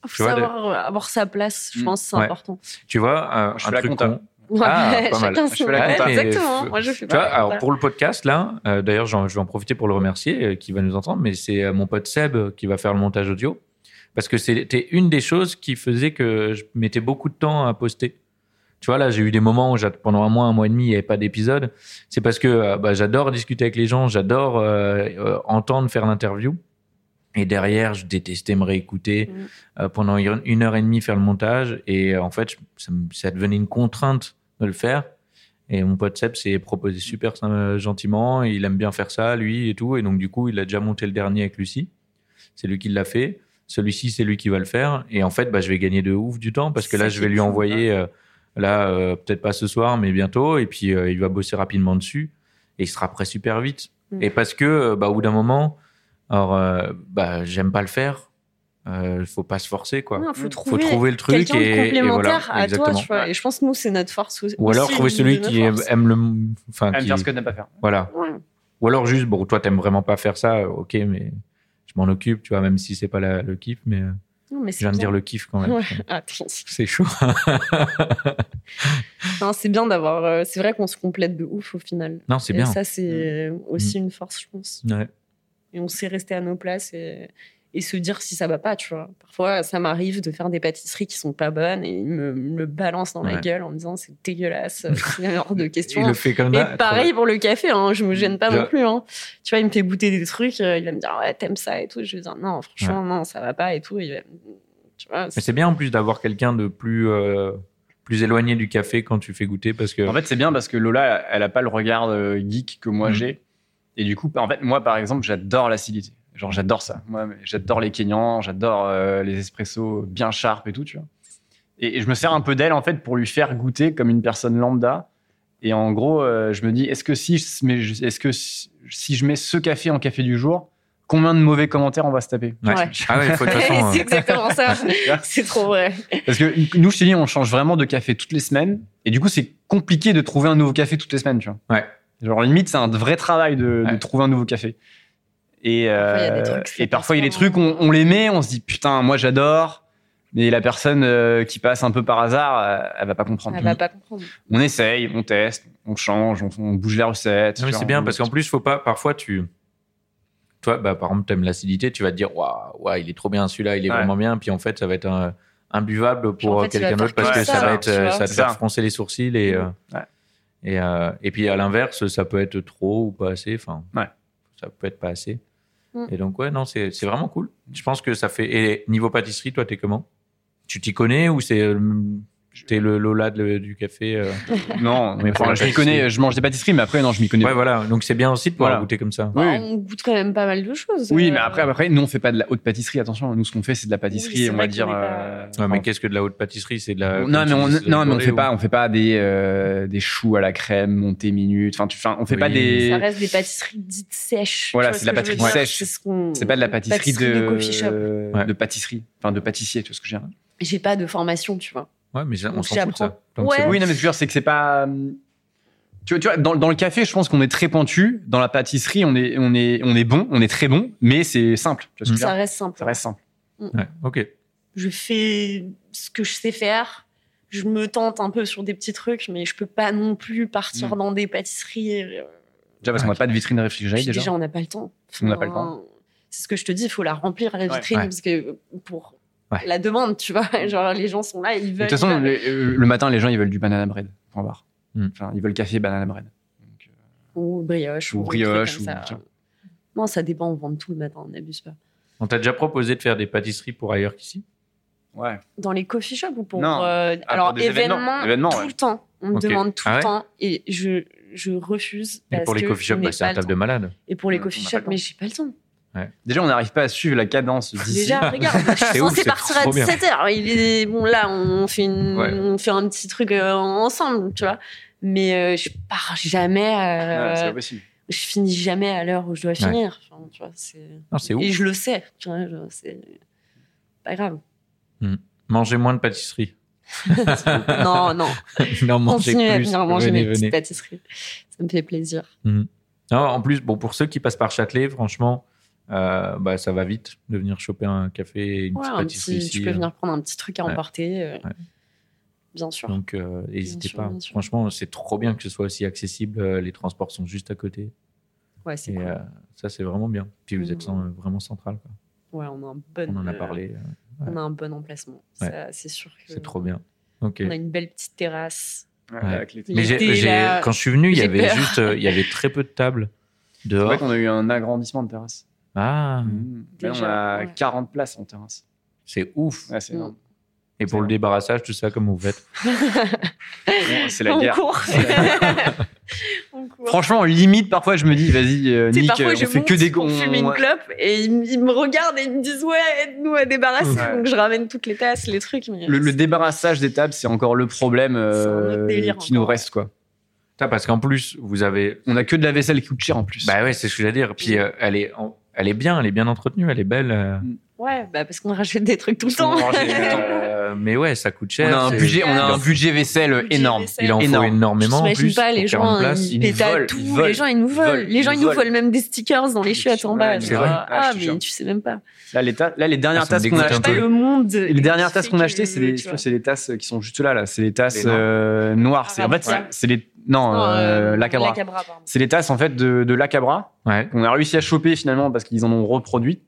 tu Faut vois, savoir euh, avoir sa place, je Mm. pense, c'est Ouais. important. Tu vois, euh, Moi, je un fais la truc compta. con. Ouais, bah, Ah, pas mal. chacun Je son. fais la Ouais, compta. Mais exactement. hein. f- Moi, je fais Tu pas. vois, la alors compta. pour le podcast, là, euh, d'ailleurs, j'en- je vais en profiter pour le remercier, euh, qui va nous entendre, mais c'est euh, mon pote Seb euh, qui va faire le montage audio. Parce que c'était une des choses qui faisait que je mettais beaucoup de temps à poster. Tu vois, là, j'ai eu des moments où j'att- pendant un mois, un mois et demi, il n'y avait pas d'épisode. C'est parce que euh, bah, j'adore discuter avec les gens, j'adore euh, euh, entendre faire l'interview. Et derrière, je détestais me réécouter euh, pendant une une heure et demie faire le montage. Et euh, en fait, je- ça, me- ça devenait une contrainte de le faire. Et mon pote Seb s'est proposé super euh, gentiment. Il aime bien faire ça, lui et tout. Et donc, du coup, il a déjà monté le dernier avec Lucie. C'est lui qui l'a fait. Celui-ci, c'est lui qui va le faire. Et en fait, bah, je vais gagner de ouf du temps parce que C'est là, ça je vais qui est lui cool, envoyer, euh, là, euh, peut-être pas ce soir, mais bientôt. Et puis, euh, il va bosser rapidement dessus. Et il sera prêt super vite. Mm. Et parce que, euh, bah, au bout d'un moment, alors, euh, bah, j'aime pas le faire. Euh, faut pas se forcer, quoi. Non, faut faut trouver, trouver le truc quelqu'un et, de et voilà. complémentaire à toi, exactement. tu vois. Et je pense que nous, c'est notre force. aussi- Ou alors aussi, trouver une celui de nos qui forces. aime le, enfin, aime Ah, qui- faire ce que t'aimes pas faire. voilà. Ouais. Ou alors juste, bon, toi t'aimes vraiment pas faire ça, ok, mais je m'en occupe, tu vois, même si c'est pas la- le kiff, mais euh, Non, mais je c'est viens de bien. dire Ah, le kiff quand même. Ouais, attends. C'est chaud. Non, c'est bien d'avoir. euh, c'est vrai qu'on se complète de ouf au final. non, c'est Et bien. Mm. ça, c'est aussi une force, je pense. Ouais. Et on sait rester à nos places et, et se dire si ça va pas, tu vois. Parfois, ça m'arrive de faire des pâtisseries qui sont pas bonnes et ils me, me le balancent dans la Ouais. gueule en me disant c'est dégueulasse, euh, c'est hors de Il question. le fait comme Et ça. Bah, pareil pour le café, hein, je me gêne pas Je- non plus. hein. Tu vois, il me fait goûter des trucs, euh, il va me dire ouais, t'aimes ça et tout. Je vais dire non, franchement, non, ça va pas et tout. Il va- Tu vois, Mais c'est- c'est bien en plus d'avoir quelqu'un de plus, euh, plus éloigné du café quand tu fais goûter parce que. En fait, c'est bien parce que Lola, elle a pas le regard euh, geek que moi Mm. j'ai. Et du coup, en fait, moi, par exemple, j'adore l'acidité. Genre, j'adore ça. Moi, mais j'adore les Kenyans, j'adore euh, les espressos bien sharp et tout, tu vois. Et, et je me sers un peu d'elle, en fait, pour lui faire goûter comme une personne lambda. Et en gros, euh, je me dis, est-ce que, si je mets, est-ce que si si je mets ce café en café du jour, combien de mauvais commentaires on va se taper Ouais. Ah ouais, faut, de toute façon. c'est euh, exactement ça. Tu vois c'est trop vrai. Parce que nous, je te dis, on change vraiment de café toutes les semaines. Et du coup, c'est compliqué de trouver un nouveau café toutes les semaines, tu vois. Ouais. Genre, limite, c'est un vrai travail de, de Ouais. trouver un nouveau café. Et, Parfois, il y a euh, des trucs, c'est et parfois, il y a des pas trucs, on, on les met, on se dit, putain, moi, j'adore. Mais la personne euh, qui passe un peu par hasard, euh, elle va pas comprendre. Elle va pas comprendre. On essaye, on teste, on change, on, on bouge la recette. Non, mais euh, tu Ah c'est vois, bien on- parce qu'en plus, faut pas. Parfois, tu. Toi, bah, par exemple, t'aimes l'acidité, tu vas te dire, waouh, waouh, il est trop bien celui-là, il est Ouais. vraiment bien. Puis en fait, ça va être un- imbuvable en pour fait, il va quelqu'un d'autre faire parce que que ça, ça, va être, tu vois. euh, ça va te C'est faire ça. froncer les sourcils et. euh, Ouais. Et, euh, et puis à l'inverse, ça peut être trop ou pas assez. Enfin, Ouais. ça peut être pas assez. Mm. Et donc ouais, non, c'est c'est vraiment cool. Je pense que ça fait. Et niveau pâtisserie, toi, t'es comment Tu t'y connais ou c'est euh, t'es le Lola de- du café euh Non, mais enfin, je m'y connais, je mange des pâtisseries, mais après, non, je m'y connais Ouais, voilà. Donc c'est bien aussi de pouvoir Voilà. goûter comme ça. Oui. Bah, on goûte quand même pas mal de choses. Oui, Euh, mais après, bah, après, nous, on fait pas de la haute pâtisserie. Attention, nous, ce qu'on fait, c'est de la pâtisserie, Oui, c'est on va vrai qu'on dire. est pas- euh, Ouais, mais enfin, qu'est-ce que de la haute pâtisserie C'est de la. on- non, mais on, c'est de la non, mais on brûlée fait ou- pas, on fait pas des, euh, des choux à la crème, montée minute. Enfin, tu, enfin, on fait pas Oui. Ça des. reste des pâtisseries dites sèches. Voilà, Tu c'est vois de la ce que je veux pâtisserie dire sèche. C'est ce qu'on- C'est pas de la pâtisserie, de, coffee shop. euh, de pâtisserie, enfin de pâtissier, tu vois ce que je veux dire. J'ai pas de formation, tu vois. Ouais, mais ça, on Donc, s'en j'y fout de ça. apprends. Donc, c'est Ouais. bon. Oui, non, mais ce que je veux dire, c'est que c'est pas. hum, Tu vois, tu vois dans, dans le café, je pense qu'on est très pentu. Dans la pâtisserie, on est, on est, on est bon, on est très bon, mais c'est simple. Tu vois ce que je veux Ça dire reste simple. Ça reste simple. Ouais, ok. Je fais ce que je sais faire. Je me tente un peu sur des petits trucs, mais je peux pas non plus partir Mm. dans des pâtisseries. euh, Déjà parce qu'on n'a pas de vitrine de réfrigérée Puis déjà. on n'a pas le temps. On n'a pas le temps. C'est ce que je te dis, il faut la remplir la vitrine Ouais. parce que pour Ouais. la demande, tu vois, genre les gens sont là, ils Mm. De veulent. toute façon, ils veulent. le, euh, le matin, les gens, ils veulent du banana bread. Point barre. Hmm. Enfin, ils veulent café, banana bread. Donc, euh, ou brioche, ou ou, des trucs brioche, comme ou- ça. tiens. Non, ça dépend. On vend tout le matin, on n'abuse pas. On t'a déjà proposé de faire des pâtisseries pour ailleurs qu'ici Ouais. Dans les coffee shops ou pour Non. euh, Ah, alors pour des événements. événements, Événements, tout ouais. le temps. On me Ok. demande tout Ah ouais le temps et je je refuse Et parce pour les que coffee je shops, n'ai bah, c'est pas un le taf de temps. malade. Et pour les Mm, on coffee n'a pas shops, le mais temps. j'ai pas le temps. Ouais. Déjà, on n'arrive pas à suivre la cadence d'ici. Déjà, regarde, je suis C'est ouf, censée c'est partir à trop bien. 17h. Il est bon là, on fait une, Ouais. on fait un petit truc euh, ensemble, tu vois. Mais euh, je pars jamais. euh, Ouais, c'est pas possible. je finis jamais à l'heure où je dois finir. Enfin, tu vois, c'est- Non, c'est Et ouf. je le sais. Tu vois, je- c'est pas grave. Mangez moins de pâtisserie. non, non. non, mangez Continuez à plus. venir manger Venez, mes petites venez. pâtisseries. Ça me fait plaisir. Non, en plus, bon, pour ceux qui passent par Châtelet, franchement, euh, bah, ça va vite de venir choper un café et une Ouais, petite un pâtisserie petit, ici. euh. hein. tu peux venir prendre un petit truc à Ouais. emporter. euh, Ouais. Bien sûr. Donc, euh, n'hésitez sûr, pas. bien sûr. Franchement, c'est trop bien que ce soit aussi accessible. Euh, Les transports sont juste à côté. Ouais, c'est Et cool. euh, ça, c'est vraiment bien. Puis vous êtes Mm. cent- vraiment central. quoi. Ouais, on a un bon. On en a euh, parlé. euh, On a un bon emplacement. Ouais. Ça, C'est sûr que. C'est trop bien. Ok. On a une belle petite terrasse. Ouais, Ouais. avec les- Mais j'ai- J'étais j'ai- là, quand je suis venu, il y j'ai avait peur. juste, euh, il y avait très peu de tables C'est dehors. vrai qu'on a eu un agrandissement de terrasse. Ah, Mmh. Là, on Déjà, a ouais. 40 places en terrasse. c'est ouf. Ouais, c'est Mmh. énorme. Et pour C'est le bon. débarrassage, tout ça, comme vous faites. Bon, c'est la on guerre. court. on court. Franchement, limite, parfois, je me dis, vas-y, euh, Tu sais, Nick, parfois, euh, je on fait monte que des pour on- fumer une clope et ils, ils me regardent et ils me disent ouais aide-nous à débarrasser Ouais. donc je ramène toutes les tasses les trucs mais Le, le débarrassage des tables, c'est encore le problème euh, C'est un autre délire qui nous encore. reste, quoi. Putain, parce qu'en plus, vous avez. On a que de la vaisselle qui coûte cher en plus. Bah ouais, c'est ce que j'allais dire. Mm. Puis euh, elle est, en- elle est bien, elle est bien entretenue, elle est belle. euh, ouais bah parce qu'on rachète des trucs tout le Parce qu'on temps range les- euh, mais ouais, ça coûte on cher. a un c'est- budget, on a un budget vaisselle Budget énorme. vaisselle. Il en faut énorme. énormément. en je plus, t'imagine pas pour les 40 gens places. ils ils nous pétalent volent, tout ils volent, les gens ils nous ils volent volent, les gens ils ils nous volent. volent même des stickers dans les chiottes en bas Ouais, c'est tu vois. vrai. Ah, ah je te mais jure. tu sais même pas Là, les, ta- là, les dernières Ah, Ça me tasses qu'on dégoûte a un pas peu. achetées, le monde les dernières tasses qu'on a achetées, acheté c'est les, je crois que c'est les tasses qui sont juste là, là. C'est les tasses Les noires. euh, noires. C'est en fait, c'est Arabia. c'est les non, euh, Lacabra. pardon. C'est les tasses en fait de, de Lacabra Ouais. qu'on a réussi à choper finalement parce qu'ils en ont reproduit.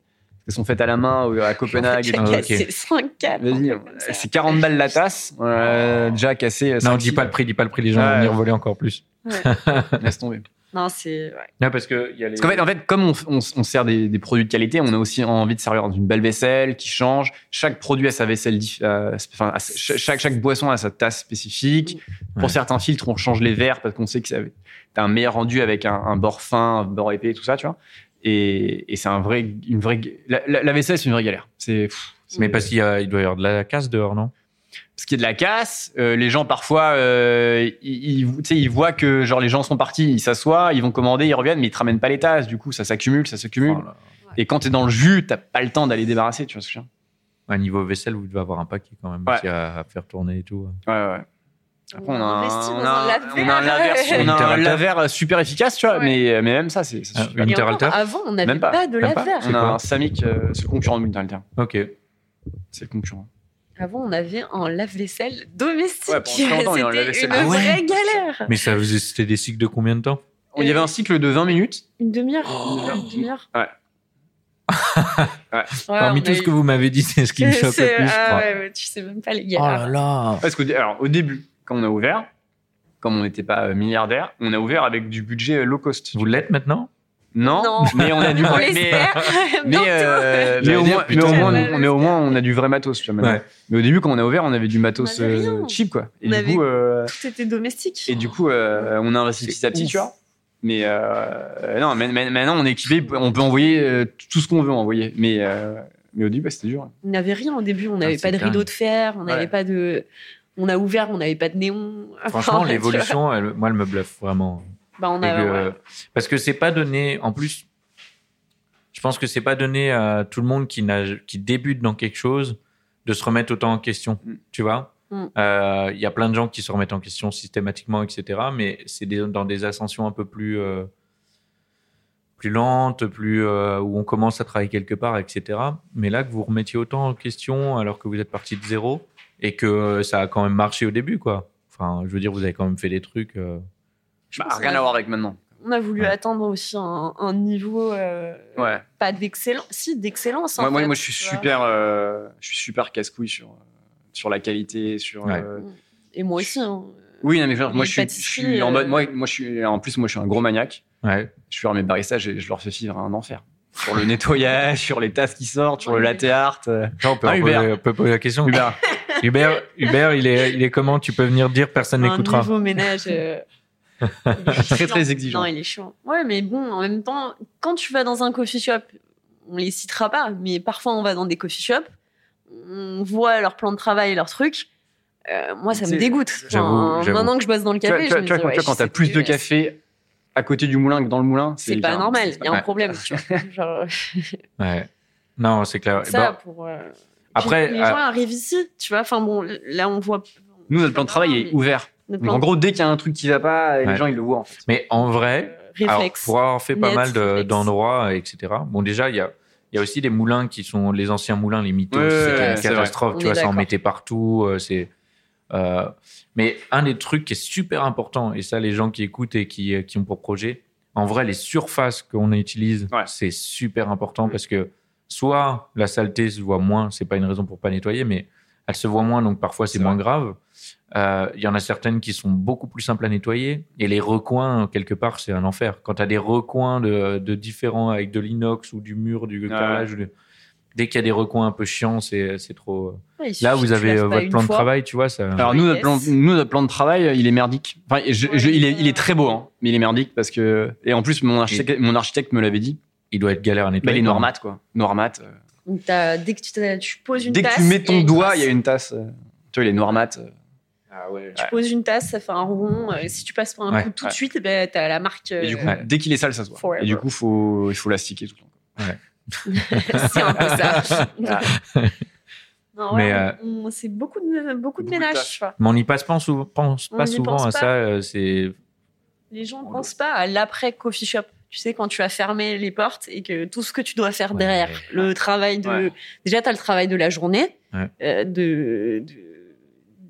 Elles sont faites à la main euh, à Copenhague. et J'ai tout. Ah, ok. cassé 5 4 Vas-y, euh, c'est 40 balles la tasse. Euh, On a déjà cassé. Non, cinq dis six. pas le prix, dis pas le prix, les gens Ouais. vont venir voler encore plus. Laisse tomber. non c'est ouais. Non, parce que il y a les. Parce qu'en fait, en fait, comme on, on- on sert des, des produits de qualité, on a aussi envie de servir dans une belle vaisselle qui change. Chaque produit a sa vaisselle, dif- euh, enfin, à sa- chaque, chaque boisson a sa tasse spécifique. Pour Ouais. certains filtres, on change les verres parce qu'on sait que ça, t'as un meilleur rendu avec un, un bord fin, un bord épais, tout ça, tu vois. Et, et c'est un vrai, une vraie, g- la, la- la vaisselle, c'est une vraie galère. C'est, pff, c'est- Mais parce qu'il y a- il doit y avoir de la casse dehors, non parce qu'il y a de la casse, euh, les gens parfois, euh, ils, ils- tu sais, ils voient que genre les gens sont partis, ils s'assoient, ils vont commander, ils reviennent, mais ils te ramènent pas les tasses. Du coup, ça s'accumule, ça s'accumule. Oh là. Et quand t'es dans le jus, t'as pas le temps d'aller débarrasser, tu vois ce que je veux dire À niveau vaisselle, vous devez avoir un paquet quand même Ouais. aussi à, à faire tourner et tout. hein. Ouais, ouais. Après, on a investit un, dans on a un- lave-vair. on a un lave-vaire- on a un Interrupteur. lavaire super efficace, tu vois, Ouais. mais, mais même ça, c'est ça Ah, suffit oui. pas. Et encore, Interalter avant on n'avait Même pas, pas, de même pas. lave-verre On a quoi un Samic, euh, c'est le concurrent de Multialter. Ok. C'est le concurrent. Avant, on avait un lave-vaisselle domestique. Ouais, pendant longtemps, il y a un C'était lave-vaisselle Ah une domestique. vraie galère. Mais ça faisait- c'était des cycles de combien de temps Il y avait un cycle de 20 minutes. Une demi-heure. Oh. une demi-heure. Ouais. Ouais. Parmi tout ce que vous m'avez dit, c'est ce qui me choque le plus, je Ah crois. ouais, mais tu sais même pas les Oh là galères. là Parce qu'au dé- alors, au début, quand on a ouvert, comme on n'était pas euh, milliardaire, on a ouvert avec du budget euh, low cost. Vous l'êtes maintenant Non, Non. mais on a du on mais- l'espère. Mais, bientôt. euh, J'allais mais au dire, moins, mais putain. au moins, Ouais, on, mais au moins, on a du vrai matos. tu vois, maintenant. Ouais. Mais au début, quand on a ouvert, on avait du matos On avait euh, rien. cheap, quoi. Et On du avait- coup, euh, Tout était domestique. et du coup, euh, on a investi C'est petit à petit, ouf. tu vois. Mais euh, non, mais- mais- maintenant, on est équipé, on peut envoyer euh, tout ce qu'on veut envoyer. Mais euh, mais au début, bah, c'était dur. On n'avait rien au début. On n'avait c'est pas de dingue. rideau de fer. On n'avait Ah, Ouais. pas de. On a ouvert, on n'avait pas de néon. Franchement, Enfin, tu l'évolution, elle- moi, elle me bluffe vraiment. vois. Bah, on Et a. que- ouais. Parce que c'est pas donné. En plus, je pense que c'est pas donné à tout le monde qui, n'a- qui débute dans quelque chose de se remettre autant en question. Mm. Tu vois Mm. Euh, Il y a plein de gens qui se remettent en question systématiquement, etc. Mais c'est des- dans des ascensions un peu plus. euh, plus lentes, plus euh, où on commence à travailler quelque part, etc. Mais là, que vous remettiez autant en question alors que vous êtes parti de zéro et que euh, ça a quand même marché au début, quoi. Enfin, je veux dire, vous avez quand même fait des trucs. euh, Je Bah, pense rien qu'on a- à voir avec maintenant. On a voulu Ouais. attendre aussi un, un niveau. euh, Ouais. Pas d'excellence. Si, d'excellence. hein, en Moi, moi, fait, moi, je suis tu vois. super, euh, je suis super casse-couille sur, euh, sur la qualité, sur. Ouais. euh, Et moi aussi. hein. Oui, non, mais genre, Les moi, je suis, je pâtisseries, suis en euh, mode, moi, moi, je suis, en plus, moi, je suis un gros maniaque. ouais. Je suis à mes baristas et je leur fais vivre un enfer. Sur le nettoyage, sur les tasses qui sortent, sur le Ouais. latte art. euh, Genre, on peut, Ah, on peut- Hubert. on peut poser la question. Hubert. Hubert, Hubert, il est, il est comment Tu peux venir dire, personne un n'écoutera. nouveau ménage. euh, il est Très, chiant. très exigeant. Non, il est chiant. Ouais, mais bon, en même temps, quand tu vas dans un coffee shop, on les citera pas, mais parfois on va dans des coffee shops, on voit leur plan de travail et leurs trucs. Euh, moi, ça C'est- me dégoûte. J'avoue, Enfin, j'avoue. Maintenant que je bosse dans le Tu vois, café, tu vois, je me tu vois, dis, quand- ouais, tu vois, quand je t'as sais plus de plus, café à côté du moulin que dans le moulin, C'est pas enfin, normal, c'est il pas- y a Ouais. un problème. tu vois. Genre, Ouais. Non, c'est clair. bah, Eh ça, ben, pour. euh, après, Puis les euh, gens arrivent ici, tu vois. Enfin bon, là on voit. Nous, notre plan de travail est Mais ouvert. notre Donc, plan en gros, dès qu'il y a un truc qui va pas, Ouais. les gens ils le voient. En fait. mais en vrai, de Alors, réflexe. pour avoir fait pas Net, mal de- réflexe. d'endroits, etc. Bon, déjà, il y a, il y a aussi des moulins qui sont les anciens moulins, les mythos. Ouais, c'était ouais, une c'est catastrophe, vrai. tu On vois, est ça en d'accord. mettait partout. euh, c'est, euh, mais un des trucs qui est super important, et ça, les gens qui écoutent et qui, euh, qui ont pour projet, en vrai, les surfaces qu'on utilise, Ouais. c'est super important Mm. parce que soit la saleté se voit moins, c'est pas une raison pour pas nettoyer, mais elle se voit moins, donc parfois c'est C'est moins grave. Euh, Il y en a certaines qui sont beaucoup plus simples à nettoyer. Et les recoins, quelque part, c'est un enfer. Quand tu as des recoins de, de différents avec de l'inox ou du mur, du Ouais. carrelage, ou du- dès qu'il y a des recoins un peu chiants, c'est c'est trop. euh. Ouais, il suffit Là, que vous tu avez laves euh, pas votre une plan de fois. travail, tu vois. Ça... Alors, nous, notre plan, Yes. nous, notre plan de travail, euh, il est merdique. Enfin, je- je- il, est, il est très beau, hein, mais il est merdique parce que. Et en plus, mon architecte, mon architecte me l'avait dit. Il doit être galère à Bah, nettoyer. il est noirmat, quoi. Noirmat. euh, Donc, t'as- dès que tu, t'as- tu poses une Dès que tasse, tu mets ton une doigt, trace. il y a une tasse. euh, Tu vois, il est noirmat. euh. Ah ouais. Tu poses une tasse, ça fait un rond. euh, si tu passes pas un Ouais. coup tout Ouais. de suite, eh ben, t'as la marque. Et du coup, euh, Ouais. dès qu'il est sale, ça se voit. Forever. Et du coup, faut, il faut l'astiquer tout le temps. c'est un peu ça. Ah. Non, ouais, Mais, euh, on- on- c'est beaucoup de, beaucoup de de ménage. tâches. tu vois. Mais on n'y passe pas, en sou- pense On pas n'y souvent pense à pas. ça. euh, c'est Les gens ne En pensent pas à l'après coffee shop. Tu sais, quand tu as fermé les portes et que tout ce que tu dois faire Ouais. derrière, le travail de. Ouais. Déjà, tu as le travail de la journée, Ouais. euh, de. de-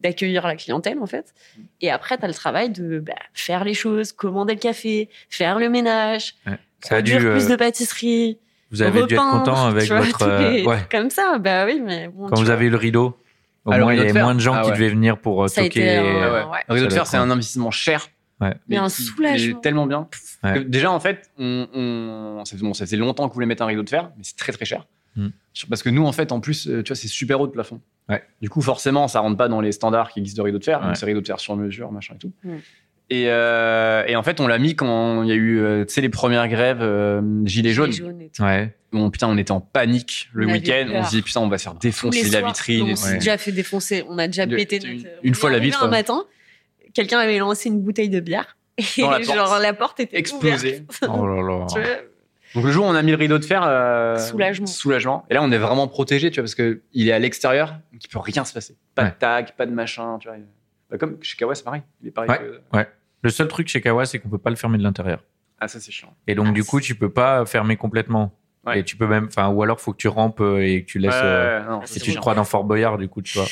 d'accueillir la clientèle en fait et après tu as le travail de bah, faire les choses commander le café faire le ménage ça a dû. produire plus euh, de pâtisserie Vous avez dû être repeindre, content avec tu vois, votre. tous euh, les- ouais. comme ça bah oui mais bon, Quand tu vous vois, avez eu le rideau, au Alors, moins il y rideau de avait fer. moins de gens Ah qui ouais. devaient venir pour euh, Ça a été toquer. un- euh, Ah ouais. ouais. Réseau Ça de doit fer, être c'est un investissement cher. Ouais. Mais un qui- soulagement. mais tellement bien. Ouais. Que Déjà, en fait, on, on- ça, faisait, bon, ça faisait longtemps que vous voulez mettre un rideau de fer, mais c'est très très cher. Hmm. Parce que nous, en fait, en plus, euh, tu vois, c'est super haut de plafond. Ouais. Du coup, forcément, ça rentre pas dans les standards qui existent de rideau de fer. Ouais. Donc, c'est rideau de fer sur mesure, machin et tout. Hmm. Et, euh, et en fait, on l'a mis quand il y a eu, euh, tu sais, les premières grèves euh, gilets jaunes. et tout. Ouais. Bon, putain, on était en panique le On avait week-end. On peur. se dit, putain, on va se faire Tous les défoncer la soirs, vitrine. et On tout. s'est déjà fait défoncer, on a déjà De- pété. de- notre- une on fois est la arrivé vitre. Un matin, quelqu'un avait lancé une bouteille de bière et Dans la porte. genre la porte était ouverte. Explosé. Oh là là. Tu vois, Donc le jour où on a mis le rideau de fer, euh, Soulagement. soulagement. Et là, on est vraiment protégé, tu vois, parce que il est à l'extérieur, donc il peut rien se passer. Pas Ouais. de tag, pas de machin, tu vois. Bah, comme chez Kawa, c'est pareil. Il est pareil. Que... Le seul truc chez Kawa, c'est qu'on peut pas le fermer de l'intérieur. Ah ça c'est chiant. Et donc Ah, du c'est- coup, tu peux pas fermer complètement. Ouais. Et tu peux même, enfin, ou alors faut que tu rampes euh, et que tu laisses. Ouais, euh, ouais, ouais, non, Ah, ça, et c'est c'est tu te chiant. crois dans Fort Boyard, du coup, tu vois.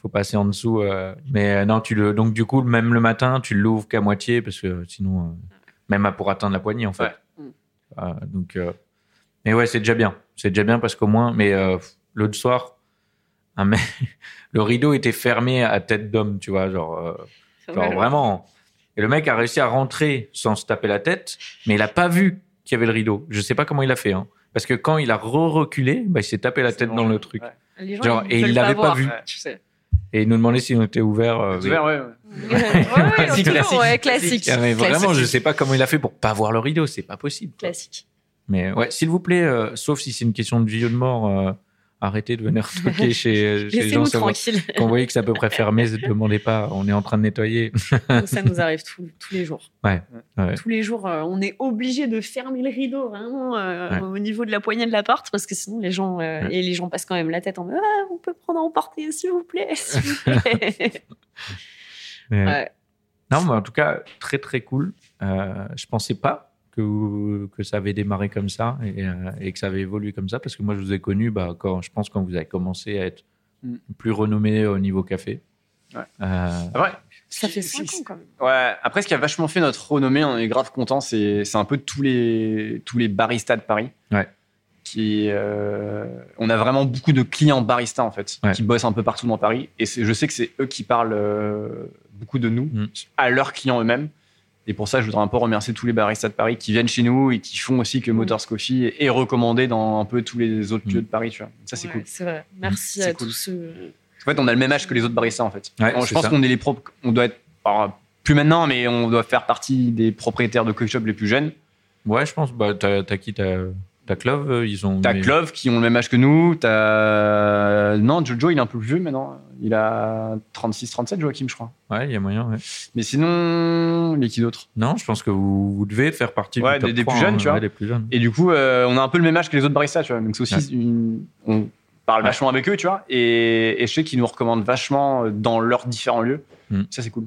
Faut passer en dessous. euh, Mais euh, non, tu le. Donc du coup, même le matin, tu l'ouvres qu'à moitié parce que sinon, euh, même à- pour atteindre la poignée, en fait. Ouais. Mm. Euh, donc, euh, mais ouais, c'est déjà bien. C'est déjà bien parce qu'au moins, mais euh, l'autre soir, un mec- le rideau était fermé à tête d'homme, tu vois, genre. euh, ça Genre, va. vraiment. Et le mec a réussi à rentrer sans se taper la tête, mais il a pas vu qu'il y avait le rideau. Je sais pas comment il a fait. Hein. Parce que quand il a re-reculé, bah, il s'est tapé la C'est tête dans dangereux. le truc. Ah, Ouais. Les gens, Genre, ils et veulent il l'avait pas, voir, vu. Ouais. Tu sais. Et il nous demandait si on était ouvert. euh, C'est ouvert, ouais, ouais. Ouais, ouais, Classique, toujours, classique, ouais, classique. classique. mais- Ah, mais vraiment, Classique. je sais pas comment il a fait pour pas voir le rideau. C'est pas possible. quoi. Classique. Mais ouais, s'il vous plaît, euh, sauf si c'est une question de vie ou de mort, euh, arrêtez de venir toquer chez, chez les gens. Laissez-nous ça va. tranquille. Quand vous voyez que c'est à peu près fermé, ne demandez pas. On est en train de nettoyer. Ça nous arrive tous- tous les jours. Ouais. Tous les jours, euh, on est obligé de fermer le rideau vraiment euh, Ouais. au niveau de la poignée de la porte parce que sinon les gens euh, Ouais. et les gens passent quand même la tête en mode Ah, on peut prendre à emporter s'il vous plaît, s'il vous plaît. Mais- Ouais. Non, mais en tout cas, très très cool. Euh, je pensais pas que, vous- que ça avait démarré comme ça et, euh, et que ça avait évolué comme ça parce que moi, je vous ai connu, bah, quand, je pense, quand vous avez commencé à être Mm. plus renommé au niveau café. Ouais. Euh, Après, Ça fait si- 5 si- ans quand même. ouais. Après, ce qui a vachement fait notre renommée, on est grave content. C'est c'est un peu tous les tous les baristas de Paris. Ouais. Qui, euh, on a vraiment beaucoup de clients baristas en fait, Ouais. qui bossent un peu partout dans Paris. Et c'est- je sais que c'est eux qui parlent euh, beaucoup de nous Mm. à leurs clients eux-mêmes. Et pour ça, je voudrais un peu remercier tous les baristas de Paris qui viennent chez nous et qui font aussi que Motors Coffee est recommandé dans un peu tous les autres Mm. lieux de Paris. Tu vois. Ça, c'est Ouais, cool. C'est vrai. Merci C'est à cool. tous ceux. En fait, on a le même âge que les autres baristas, en fait. Ouais, On- c'est je pense ça. qu'on est les propres. On doit être. alors, plus maintenant, mais on doit faire partie des propriétaires de coffee shop les plus jeunes. ouais, je pense, bah, t'as t'as qui t'as- Taklov, euh, ils ont. T'as mais- Clove qui ont le même âge que nous. T'as. Non, Jojo, il est un peu plus vieux maintenant. Il a 36, 37, Joachim, je crois. Ouais, il y a moyen. ouais. Mais sinon, les qui d'autres Non, je pense que vous, vous devez faire partie Ouais, du top des- des plus 3, jeunes, hein, tu vois. ouais, des plus jeunes. Et du coup, euh, on a un peu le même âge que les autres baristas, tu vois. Donc c'est aussi Ouais. une- on parle Ouais. vachement avec eux, tu vois. Et, et je sais qu'ils nous recommandent vachement euh, dans leurs différents lieux. Hmm. Ça c'est cool.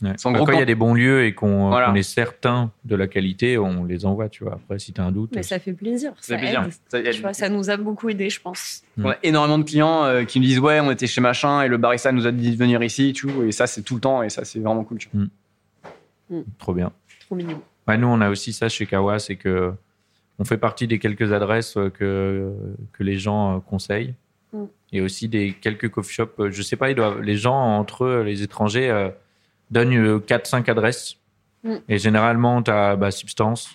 Ouais. C'est en Bah, gros quand il y a quand- des bons lieux et qu'on euh, Voilà. qu'on est certain de la qualité, on les envoie, tu vois. Après, si tu as un doute. euh, Mais ça fait plaisir. Ça Ça, fait plaisir. aide. Ça- Tu vois, ça nous a beaucoup aidé, je pense. Mm. On a énormément de clients euh, qui nous disent ouais, on était chez machin et le barista nous a dit de venir ici, tu vois. Et ça c'est tout le temps et ça c'est vraiment cool. Tu vois. Trop bien. Trop mignon. Ouais, Bah, nous, on a aussi ça chez Kawa, c'est que on fait partie des quelques adresses euh, que, que les gens euh, conseillent. Mm. Et aussi des quelques coffee shops. euh, Je sais pas, ils doivent, les gens, entre eux, les étrangers, euh, donnent euh, 4-5 adresses. Mm. Et généralement, tu as Substance,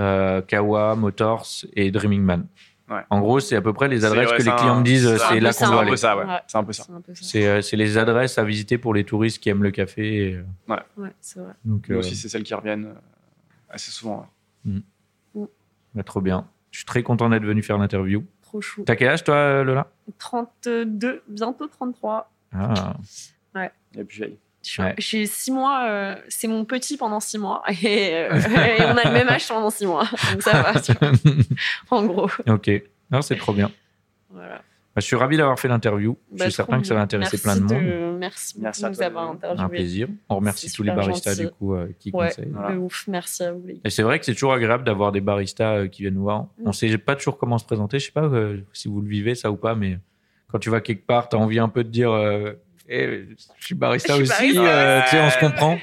euh, Kawa, Motors et Dreaming Man. Ouais. En gros, c'est à peu près les adresses ouais, que les ça, clients me disent, euh, ça, c'est un là qu'on peu ça, doit C'est un aller. peu ça, ouais. Ouais. C'est un peu ça. C'est un peu ça. C'est euh, c'est les adresses à visiter pour les touristes qui aiment le café. et, euh, Ouais, c'est vrai. donc, Nous euh, aussi c'est celles qui reviennent euh, assez souvent. ouais. bah, trop bien. Je suis très content d'être venu faire l'interview. Trop chou. T'as quel âge, toi, euh, Lola 32, bientôt 33. Ah, Il y a plus vieille. Je suis- Ouais. J'ai 6 mois, euh, c'est mon petit pendant 6 mois. Et, euh, et on a le même âge pendant 6 mois. Donc ça va, tu vois, en gros. ok. Non, c'est trop bien. Voilà. Bah, je suis ravi d'avoir fait l'interview. je Bah, suis certain trop que ça va bien. intéresser Merci plein de monde. Merci, Merci à beaucoup de nous toi de- avoir Un interviewés. plaisir. On remercie C'est tous les super baristas gentil. du coup euh, qui Ouais. conseillent. Voilà. De ouf, merci à vous les gars. Et c'est vrai que c'est toujours agréable d'avoir des baristas euh, qui viennent nous voir. Mm. On sait pas toujours comment se présenter. Je sais pas euh, si vous le vivez ça ou pas, mais quand tu vas quelque part, t'as envie un peu de dire euh, Eh, je suis barista Je suis aussi. barista euh, aussi. tu sais, on se comprend.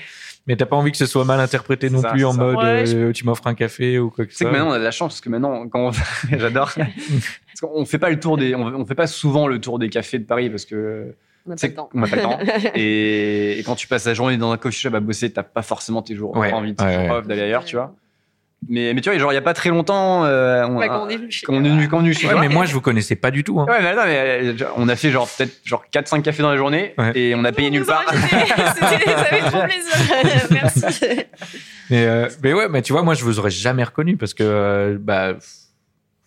Mais t'as pas envie que ce soit mal interprété C'est non ça, plus c'est en ça. mode Ouais, je- euh, tu m'offres un café ou quoi que Tu ce sais que soit. maintenant on a de la chance parce que maintenant quand on va- j'adore parce qu'on fait pas le tour des on, on fait pas souvent le tour des cafés de Paris parce que On a pas c'est le temps. on a pas le temps et, et quand tu passes la journée dans un coffee shop à bosser t'as pas forcément tes jours Ouais, envie de ouais, faire ouais. off, d'aller ailleurs tu vois mais mais tu vois genre il y a pas très longtemps euh, on, Ouais, a- quand on est venu chez quand on est venu quand on est venu chez Ouais, toi. mais moi je vous connaissais pas du tout. hein. Ouais, mais attends, mais, euh, on a fait genre peut-être genre 4 5 cafés dans la journée Ouais. et on a payé Vous nulle nous part. invitez, c'était- ça fait trop plaisir. merci. Mais, euh, mais ouais, mais tu vois, moi, je vous aurais jamais reconnu parce que, euh, bah,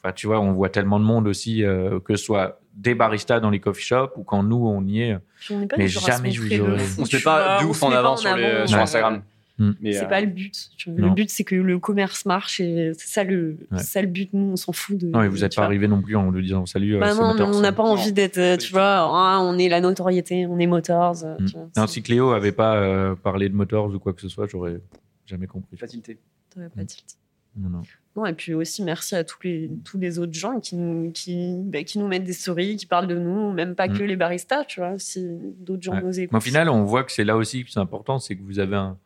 enfin, tu vois, on voit tellement de monde aussi, euh, que ce soit des baristas dans les coffee shops ou quand nous, on y est. Puis on n'est pas Mais des gens à se jamais je vous montrer aurais- le- Ah, On se met tu pas vois, de on ouf se en met pas avant sur, les- sur Ouais. Instagram. Hmm. Mais, C'est euh, pas le but. Tu vois, non. Le but, c'est que le commerce marche et c'est ça le, Ouais. c'est ça le but. Nous, on s'en fout de. Non, mais vous n'êtes tu pas vois. arrivé non plus en nous disant salut. euh, Bah c'est non, mais Motors. on n'a pas Non. envie d'être, euh, Pas du tu tout. vois, ah, on est la notoriété, on est Motors. euh, Hmm. tu vois, Non, c'est- si Cléo avait pas euh, parlé de Motors ou quoi que ce soit, j'aurais jamais compris. facilité. t'aurais Mm. pas tilt. Non, non. Non, et puis aussi merci à tous les, tous les autres gens qui nous, qui, bah, qui nous mettent des stories, qui parlent de nous, même pas Mm. que les baristas, tu vois, si d'autres gens Ouais. nous écoutent. Mais au final, on voit que c'est là aussi que c'est important, c'est que vous avez un,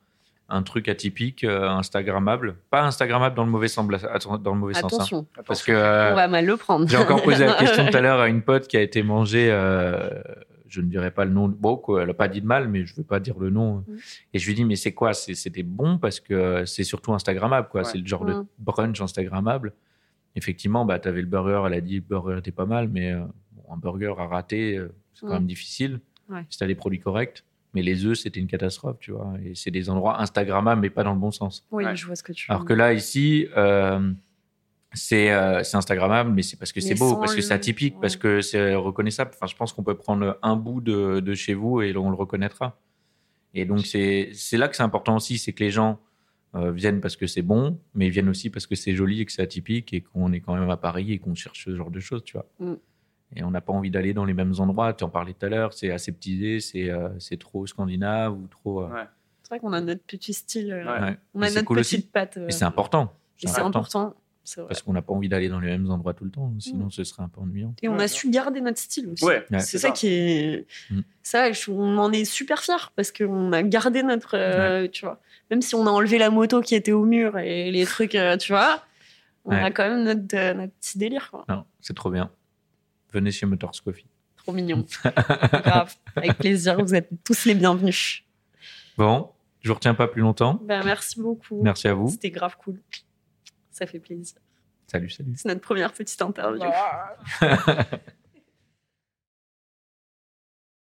un truc atypique, euh, Instagrammable. Pas Instagrammable dans le mauvais, sembla- atten- dans le mauvais sens. hein. attention, Parce que. euh, on va mal le prendre. J'ai encore posé la question tout à l'heure à une pote qui a été mangée, euh, je ne dirais pas le nom, bon, quoi, elle n'a pas dit de mal, mais je ne veux pas dire le nom. Mm. Et je lui dis, mais c'est quoi C'est- C'était bon parce que euh, c'est surtout Instagrammable, quoi. Ouais. C'est le genre de Mm. brunch Instagrammable. Effectivement, bah, tu avais le burger, elle a dit, le burger était pas mal, mais euh, bon, un burger à rater, euh, c'est quand Mm. même difficile. Ouais. Si tu as des produits corrects. Mais les œufs, c'était une catastrophe, tu vois. Et c'est des endroits Instagrammables, mais pas dans le bon sens. Oui, Ouais. je vois ce que tu veux Alors que là, ici, euh, c'est euh, c'est Instagrammable, mais c'est parce que Mais c'est beau, sans parce que c'est le- atypique, ouais. parce que c'est reconnaissable. Enfin, je pense qu'on peut prendre un bout de, de chez vous et on le reconnaîtra. Et donc, c'est c'est là que c'est important aussi, c'est que les gens euh, viennent parce que c'est bon, mais ils viennent aussi parce que c'est joli et que c'est atypique et qu'on est quand même à Paris et qu'on cherche ce genre de choses, tu vois. Mm. Et on n'a pas envie d'aller dans les mêmes endroits. Tu en parlais tout à l'heure, c'est aseptisé, c'est euh, c'est trop scandinave ou trop. euh, Ouais. C'est vrai qu'on a notre petit style, euh, Ouais. ouais. on Mais a c'est notre cool aussi. petite patte. euh, Et c'est important. et c'est important. c'est vrai. parce qu'on n'a pas envie d'aller dans les mêmes endroits tout le temps, sinon ce serait un peu ennuyant. Et on Ouais, a su garder notre style aussi. Ouais, Ouais. C'est ça, qui est. Mm. Ça, je- on en est super fiers parce qu'on a gardé notre. euh, Tu vois, même si on a enlevé la moto qui était au mur et les trucs, euh, tu vois, on Ouais. a quand même notre, euh, notre petit délire, quoi. Non, c'est trop bien. Venez chez Motors Coffee. Trop mignon. Grave. Avec plaisir, vous êtes tous les bienvenus. Bon, je vous retiens pas plus longtemps. Ben, merci beaucoup. Merci à vous. C'était grave cool. Ça fait plaisir. Salut, salut. C'est notre première petite interview.